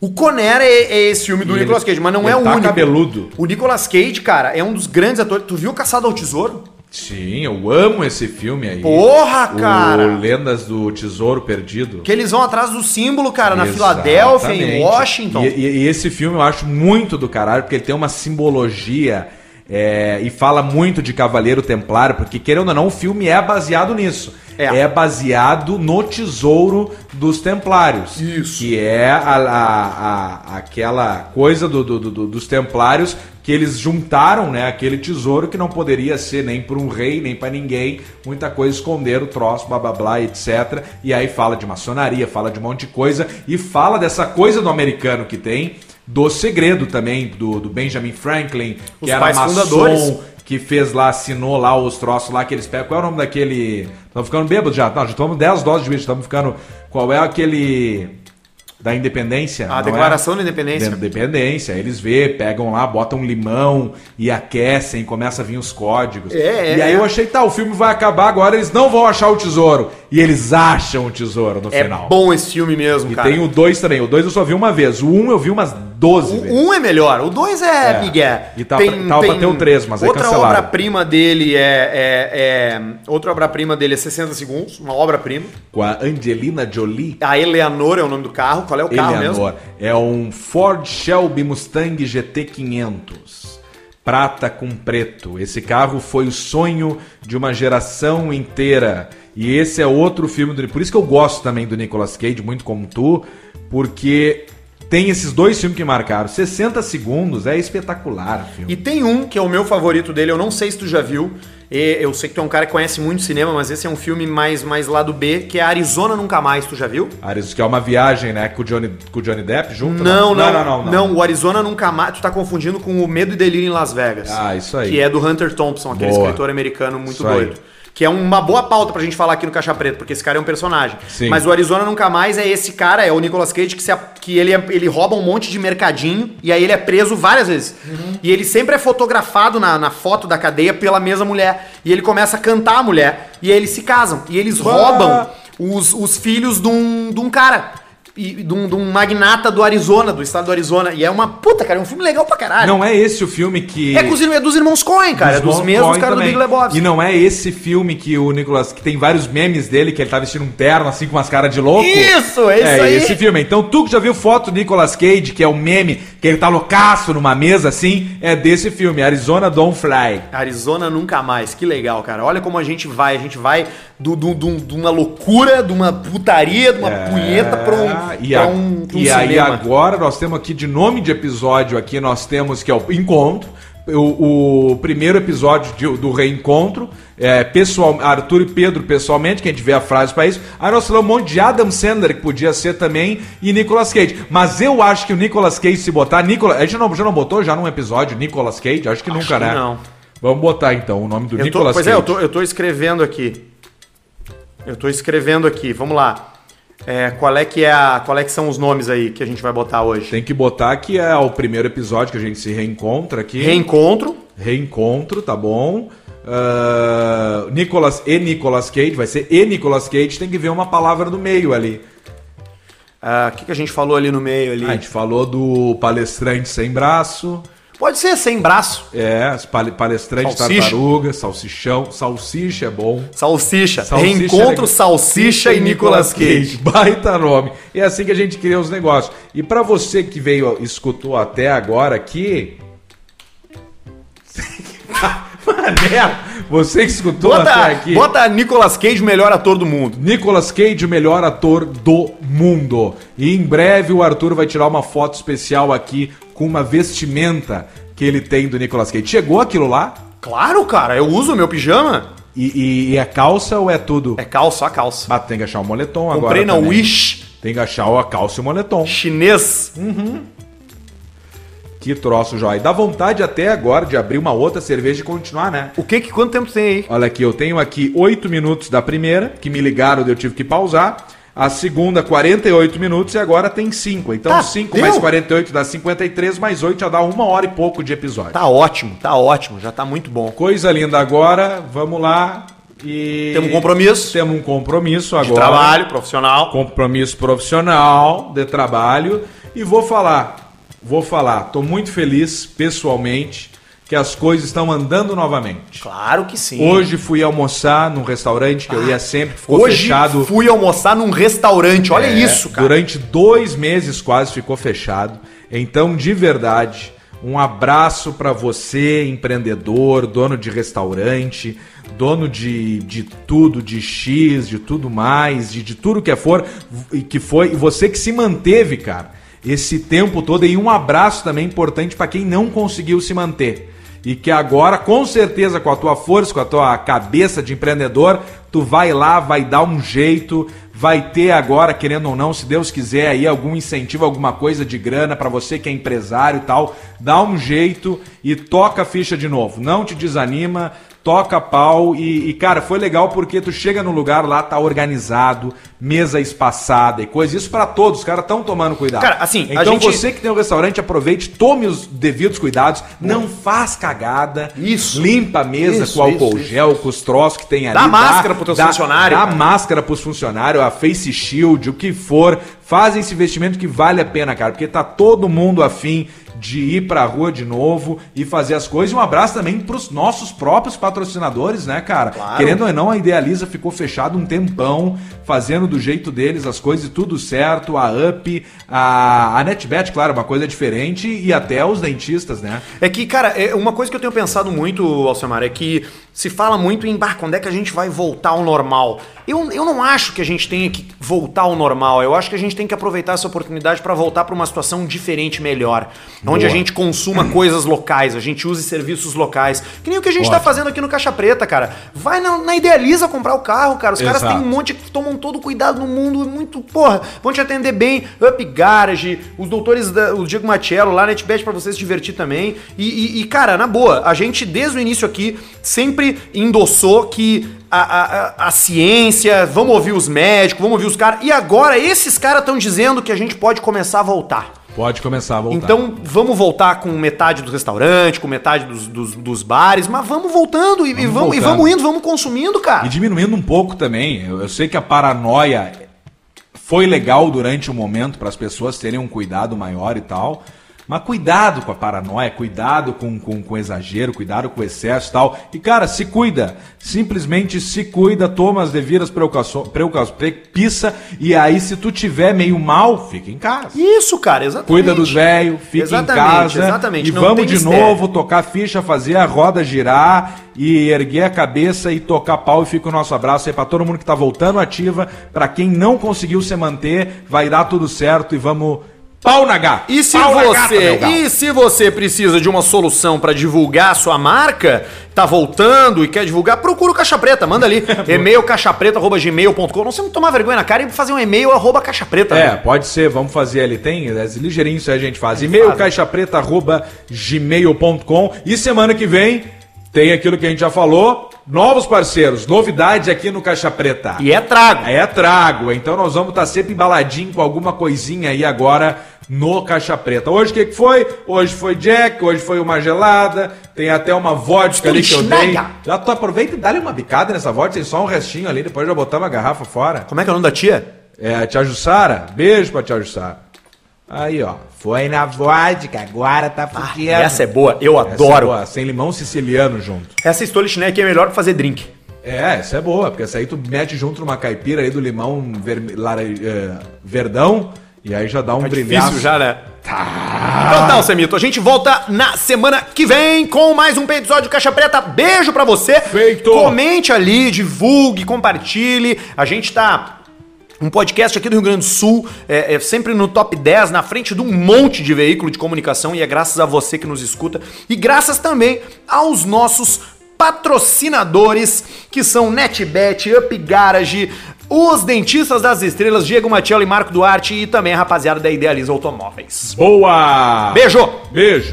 Speaker 1: O Conera é, é esse filme do
Speaker 2: E
Speaker 1: Nicolas
Speaker 2: ele-
Speaker 1: Cage, mas não
Speaker 2: ele
Speaker 1: é o
Speaker 2: tá
Speaker 1: único.
Speaker 2: cabeludo.
Speaker 1: O Nicolas Cage, cara, é um dos grandes atores. Tu viu o Caçado ao Tesouro?
Speaker 2: Sim, eu amo esse filme aí.
Speaker 1: Porra, cara!
Speaker 2: O Lendas do Tesouro Perdido.
Speaker 1: Que eles vão atrás do símbolo, cara, na
Speaker 2: Exatamente.
Speaker 1: Filadélfia, em Washington.
Speaker 2: E, e- e esse filme eu acho muito do caralho, porque ele tem uma simbologia É, e fala muito de Cavaleiro Templário, porque querendo ou não, o filme é baseado nisso.
Speaker 1: É.
Speaker 2: É, baseado no tesouro dos Templários.
Speaker 1: Isso.
Speaker 2: Que é a, a- a- aquela coisa do- do- do- dos Templários que eles juntaram, né? Aquele tesouro que não poderia ser nem para um rei, nem para ninguém. Muita coisa, esconderam o troço, blá blá blá, etc. E aí fala de maçonaria, fala de um monte de coisa e fala dessa coisa do americano que tem. Do segredo também, do, do Benjamin Franklin, que
Speaker 1: Os
Speaker 2: era
Speaker 1: pais
Speaker 2: maçom,
Speaker 1: fundadores.
Speaker 2: que fez lá, assinou lá os troços lá que eles pegam. Qual é o nome daquele. Estamos ficando bêbados já. Não, já tomamos 10 doses de bicho, estamos ficando. Qual é aquele. Da independência?
Speaker 1: A
Speaker 2: não
Speaker 1: Ah, Declaração de
Speaker 2: é?
Speaker 1: Independência.
Speaker 2: da independência. Eles vê, pegam lá, botam um limão e aquecem, começa a vir os códigos.
Speaker 1: É, é,
Speaker 2: e aí
Speaker 1: é.
Speaker 2: eu achei, tá, o filme vai acabar agora, eles não vão achar o tesouro. E eles acham o tesouro no
Speaker 1: É
Speaker 2: final.
Speaker 1: bom esse filme mesmo,
Speaker 2: e
Speaker 1: cara.
Speaker 2: tem o 2 também. O 2 eu só vi uma vez. O 1 um eu vi umas 12 vezes.
Speaker 1: O 1 um é melhor, o 2 é,
Speaker 2: É.
Speaker 1: Miguel.
Speaker 2: E tá pra- tava pra ter o três, mas aí
Speaker 1: Outra
Speaker 2: cancelaram.
Speaker 1: obra-prima dele é, é- é- Outra obra-prima dele é 60 segundos, uma obra-prima.
Speaker 2: Com a Angelina Jolie.
Speaker 1: A Eleanor é o nome do carro. Qual é o carro mesmo?
Speaker 2: Eleanor é um Ford Shelby Mustang GT500. Prata com preto. Esse carro foi o sonho de uma geração inteira. E esse é outro filme do. Por isso que eu gosto também do Nicolas Cage, muito como tu, porque tem esses dois filmes que marcaram. 60 segundos é espetacular o filme.
Speaker 1: E tem um que é o meu favorito dele, eu não sei se tu já viu. e eu sei que tu é um cara que conhece muito cinema, mas esse é um filme mais, mais lado B, que é Arizona Nunca Mais, tu já viu?
Speaker 2: Ares, que é uma viagem, né? Com o Johnny, com o Johnny Depp junto? né?
Speaker 1: Não, não, não, não, não. o Arizona Nunca Mais, tu tá confundindo com o Medo e Delírio em Las Vegas.
Speaker 2: Ah, isso aí.
Speaker 1: Que é do Hunter Thompson, aquele
Speaker 2: Boa.
Speaker 1: escritor americano muito
Speaker 2: Isso
Speaker 1: doido. Que é uma boa pauta pra gente falar aqui no Caixa Preto, porque esse cara é um personagem.
Speaker 2: Sim.
Speaker 1: Mas o Arizona Nunca Mais é esse cara, é o Nicolas Cage, que, se a- que ele, é- ele rouba um monte de mercadinho e aí ele é preso várias vezes. E ele sempre é fotografado na, na foto da cadeia pela mesma mulher. E ele começa a cantar a mulher. E aí eles se casam. E eles
Speaker 2: Bah!
Speaker 1: roubam os, os filhos de um, de um cara. E, de, um, de um magnata do Arizona, do estado do Arizona. E é uma puta, cara, é um filme legal pra caralho.
Speaker 2: Não é esse o filme que.
Speaker 1: É, com os irmãos- é dos irmãos Coen, cara. É dos
Speaker 2: Irmão
Speaker 1: mesmos
Speaker 2: Coen
Speaker 1: caras do
Speaker 2: também.
Speaker 1: Big Lebowski.
Speaker 2: E não é esse filme que o Nicolas. que tem vários memes dele, que ele tá vestindo um terno assim com umas caras de louco.
Speaker 1: Isso, é isso aí.
Speaker 2: esse filme. Então, tu que já viu foto do Nicolas Cage, que é o meme, que ele tá loucaço numa mesa assim, é desse filme, Arizona Don't Fly.
Speaker 1: Arizona nunca mais, que legal, cara. Olha como a gente vai, a gente vai do- do- do- de uma loucura, de uma putaria, de uma punheta pra
Speaker 2: Ah,
Speaker 1: um,
Speaker 2: É, e
Speaker 1: pra
Speaker 2: a-
Speaker 1: um, pra um
Speaker 2: e aí
Speaker 1: cinema.
Speaker 2: agora nós temos aqui de nome de episódio aqui nós temos que é o encontro o, o primeiro episódio de- do reencontro é, pessoal Arthur e Pedro pessoalmente quem tiver a frase para isso aí nós falamos um monte de Adam Sandler que podia ser também e Nicolas Cage mas eu acho que o Nicolas Cage se botar Nicolas a gente não já não botou já num episódio Nicolas Cage acho que nunca
Speaker 1: que
Speaker 2: né
Speaker 1: não.
Speaker 2: vamos botar então o nome do
Speaker 1: Eu tô-
Speaker 2: Nicolas
Speaker 1: pois
Speaker 2: Cage
Speaker 1: é, eu tô, eu tô escrevendo aqui. Eu tô escrevendo aqui, vamos lá. É, qual, é que é a, qual é que são os nomes aí que a gente vai botar hoje?
Speaker 2: tem que botar que é o primeiro episódio que a gente se reencontra aqui
Speaker 1: Reencontro,
Speaker 2: Reencontro, tá bom. Ah, Nicolas e Nicolas Cage, vai ser e Nicolas Cage, tem que ver uma palavra no meio ali.
Speaker 1: Ah, o que, que a gente falou ali no meio ali?
Speaker 2: A Ah, gente falou do palestrante sem braço,
Speaker 1: Pode ser sem braço,
Speaker 2: é, as pal- palestrante
Speaker 1: Salsicha.
Speaker 2: tartaruga, salsichão, salsicha é bom.
Speaker 1: salsicha,
Speaker 2: Salsicha
Speaker 1: reencontro,
Speaker 2: era-
Speaker 1: salsicha e Nicolas Cage.
Speaker 2: Baita nome. É assim que a gente cria os negócios. E pra você que veio, escutou até agora aqui. Mané, você que escutou até
Speaker 1: Bota,
Speaker 2: aqui.
Speaker 1: bota Nicolas Cage, o melhor ator do mundo.
Speaker 2: Nicolas Cage, o melhor ator do mundo. E em breve o Arthur vai tirar uma foto especial aqui com uma vestimenta que ele tem do Nicolas Cage. Chegou aquilo lá?
Speaker 1: Claro, cara, eu uso o meu pijama.
Speaker 2: E, e- e é calça ou é tudo?
Speaker 1: É calça, a calça.
Speaker 2: Ah, tem que achar o moletom agora.
Speaker 1: Comprei na
Speaker 2: também.
Speaker 1: Wish
Speaker 2: Tem que achar a calça e o moletom.
Speaker 1: chinês.
Speaker 2: Que troço, joia. Dá vontade até agora de abrir uma outra cerveja e continuar, né?
Speaker 1: O que que quanto tempo tem aí?
Speaker 2: Olha aqui, eu tenho aqui 8 minutos da primeira, que me ligaram, eu tive que pausar. A segunda, 48 minutos, e agora tem 5. Então,
Speaker 1: Tá,
Speaker 2: 5
Speaker 1: deu.
Speaker 2: mais 48 dá 53, mais 8 já dá uma hora e pouco de episódio.
Speaker 1: Tá ótimo, tá ótimo, já tá muito bom.
Speaker 2: Coisa linda agora, vamos lá. E.
Speaker 1: Temos um compromisso
Speaker 2: Temos um compromisso
Speaker 1: de
Speaker 2: agora.
Speaker 1: trabalho profissional.
Speaker 2: Compromisso profissional, de trabalho. E vou falar, vou falar, tô muito feliz pessoalmente que as coisas estão andando novamente.
Speaker 1: Claro que sim. Ah,
Speaker 2: Hoje fui almoçar num restaurante que eu ia sempre, ficou
Speaker 1: Hoje
Speaker 2: fechado.
Speaker 1: fui almoçar num restaurante, olha
Speaker 2: É,
Speaker 1: isso, cara.
Speaker 2: Durante dois meses quase ficou fechado. Então, de verdade, Um abraço para você, empreendedor, dono de restaurante, dono de, de tudo, de X, de tudo mais, de, de tudo que é for, e que foi, e você que se manteve, cara, esse tempo todo. E um abraço também importante para quem não conseguiu se manter e que agora, com certeza, com a tua força, com a tua cabeça de empreendedor, tu vai lá, vai dar um jeito, vai ter agora, querendo ou não, se Deus quiser, aí algum incentivo, alguma coisa de grana para você que é empresário e tal, dá um jeito e toca a ficha de novo. Não te desanima, toca pau e, e, cara, foi legal porque tu chega no lugar lá, tá organizado, mesa espaçada e coisa. Isso pra todos, os caras estão tomando cuidado.
Speaker 1: Cara, assim, a
Speaker 2: então
Speaker 1: gente-
Speaker 2: você que tem um restaurante, aproveite, tome os devidos cuidados, não faz cagada.
Speaker 1: Isso.
Speaker 2: Limpa a mesa
Speaker 1: Isso,
Speaker 2: com álcool
Speaker 1: isso,
Speaker 2: gel, com os troços que tem ali.
Speaker 1: Dá máscara pro teu
Speaker 2: É, dá-
Speaker 1: funcionário,
Speaker 2: Dá
Speaker 1: cara.
Speaker 2: máscara pros funcionários, a face shield, o que for. Faz esse investimento que vale a pena, cara, porque tá todo mundo afim de ir pra rua de novo e fazer as coisas. E um abraço também pros nossos próprios patrocinadores, né, cara?
Speaker 1: Claro.
Speaker 2: Querendo ou não, a Idealiza ficou fechada um tempão, fazendo do jeito deles as coisas e tudo certo. A Up, a, a NetBet, claro, uma coisa diferente, e até os dentistas, né?
Speaker 1: É que, cara, é uma coisa que eu tenho pensado muito, Alcemar, é que se fala muito em, bah, quando é que a gente vai voltar ao normal? Eu, eu não acho que a gente tenha que voltar ao normal. Eu acho que a gente tem que aproveitar essa oportunidade para voltar para uma situação diferente, melhor. Onde a gente consuma coisas locais, a gente use serviços locais. Que nem o que a gente tá fazendo aqui no Caixa Preta, cara. Vai na, na Idealiza comprar o carro, cara. Os caras
Speaker 2: Exato.
Speaker 1: têm um monte que tomam todo o cuidado no mundo, é muito, porra, vão te atender bem. Up Garage, os doutores, da- o Diego Machello lá, NetBet pra você se divertir também. E, e- e, cara, na boa, a gente desde o início aqui sempre endossou que a, a- a- a ciência, vamos ouvir os médicos, vamos ouvir os caras. E agora esses caras estão dizendo que a gente pode começar a voltar.
Speaker 2: Pode começar a voltar.
Speaker 1: Então vamos voltar com metade do restaurante, com metade dos, dos- dos bares, mas vamos voltando e e vamos,
Speaker 2: Vamos
Speaker 1: E
Speaker 2: voltando.
Speaker 1: vamos indo, vamos consumindo, cara.
Speaker 2: E diminuindo um pouco também. Eu, eu sei que a paranoia foi legal durante o momento para as pessoas terem um cuidado maior e tal. Mas cuidado com a paranoia, cuidado com, com, com o exagero, cuidado com o excesso e tal. E, cara, se cuida. Simplesmente se cuida, toma as devidas precauções, pisa, e aí se tu tiver meio mal, fica em casa.
Speaker 1: Isso, cara, exatamente.
Speaker 2: Cuida dos velhos, fica
Speaker 1: Exatamente,
Speaker 2: em casa.
Speaker 1: exatamente.
Speaker 2: E
Speaker 1: Não tem
Speaker 2: vamos de
Speaker 1: mistério.
Speaker 2: novo tocar ficha, fazer a roda girar e erguer a cabeça e tocar pau. E fica o nosso abraço aí pra todo mundo que tá voltando ativa. Pra quem não conseguiu se manter, vai dar tudo certo e vamos. Pau na gata!
Speaker 1: E se
Speaker 2: Pau na gata,
Speaker 1: você,
Speaker 2: meu galo.
Speaker 1: e se você precisa de uma solução para divulgar a sua marca, tá voltando e quer divulgar, procura o Caixa Preta, manda ali e-mail caixapreta@gmail.com. Não sei tomar vergonha na cara e fazer um e-mail arroba caixa preta.
Speaker 2: É,
Speaker 1: né?
Speaker 2: pode ser, vamos fazer ali. Tem, é ligeirinho isso aí a gente faz. E-mail caixapreta.gmail.com. E semana que vem tem aquilo que a gente já falou: novos parceiros, novidade aqui no Caixa Preta.
Speaker 1: E é trago.
Speaker 2: É trago, então nós vamos estar sempre embaladinho com alguma coisinha aí agora no Caixa Preta. Hoje o que, que foi? Hoje foi Jack, hoje foi uma gelada, tem até uma vodka ali que eu dei.
Speaker 1: Schneider.
Speaker 2: Já tu aproveita e dá-lhe uma bicada nessa vodka, tem só um restinho ali, depois já botar uma garrafa fora.
Speaker 1: Como é que é o nome da tia?
Speaker 2: É, Tia Jussara, beijo pra Tia Jussara. Aí, ó, foi na vodka, agora tá fudido.
Speaker 1: Essa é boa, eu
Speaker 2: Essa é
Speaker 1: adoro.
Speaker 2: boa, sem limão siciliano junto.
Speaker 1: Essa Stolichnaya aqui é melhor pra fazer drink.
Speaker 2: É, essa é boa, porque essa aí tu mete junto numa caipira aí do limão verme- laranja- eh, verdão e aí já dá um
Speaker 1: Tá
Speaker 2: brilhaço.
Speaker 1: difícil já, né? Tá. Então tá, Semito. A gente volta na semana que vem com mais um episódio Caixa Preta. Beijo pra você.
Speaker 2: Feito.
Speaker 1: Comente ali, divulgue, compartilhe. A gente tá. Um podcast aqui do Rio Grande do Sul, é, é sempre no top 10, na frente de um monte de veículo de comunicação, e é graças a você que nos escuta, e graças também aos nossos patrocinadores, que são NetBet, Up Garage, os dentistas das estrelas, Diego Matiello e Marco Duarte, e também a rapaziada da Idealiza Automóveis.
Speaker 2: Boa!
Speaker 1: Beijo!
Speaker 2: Beijo!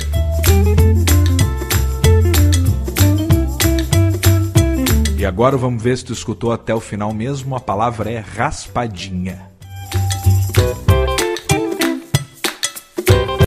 Speaker 2: E agora vamos ver se tu escutou até o final mesmo. A palavra é raspadinha.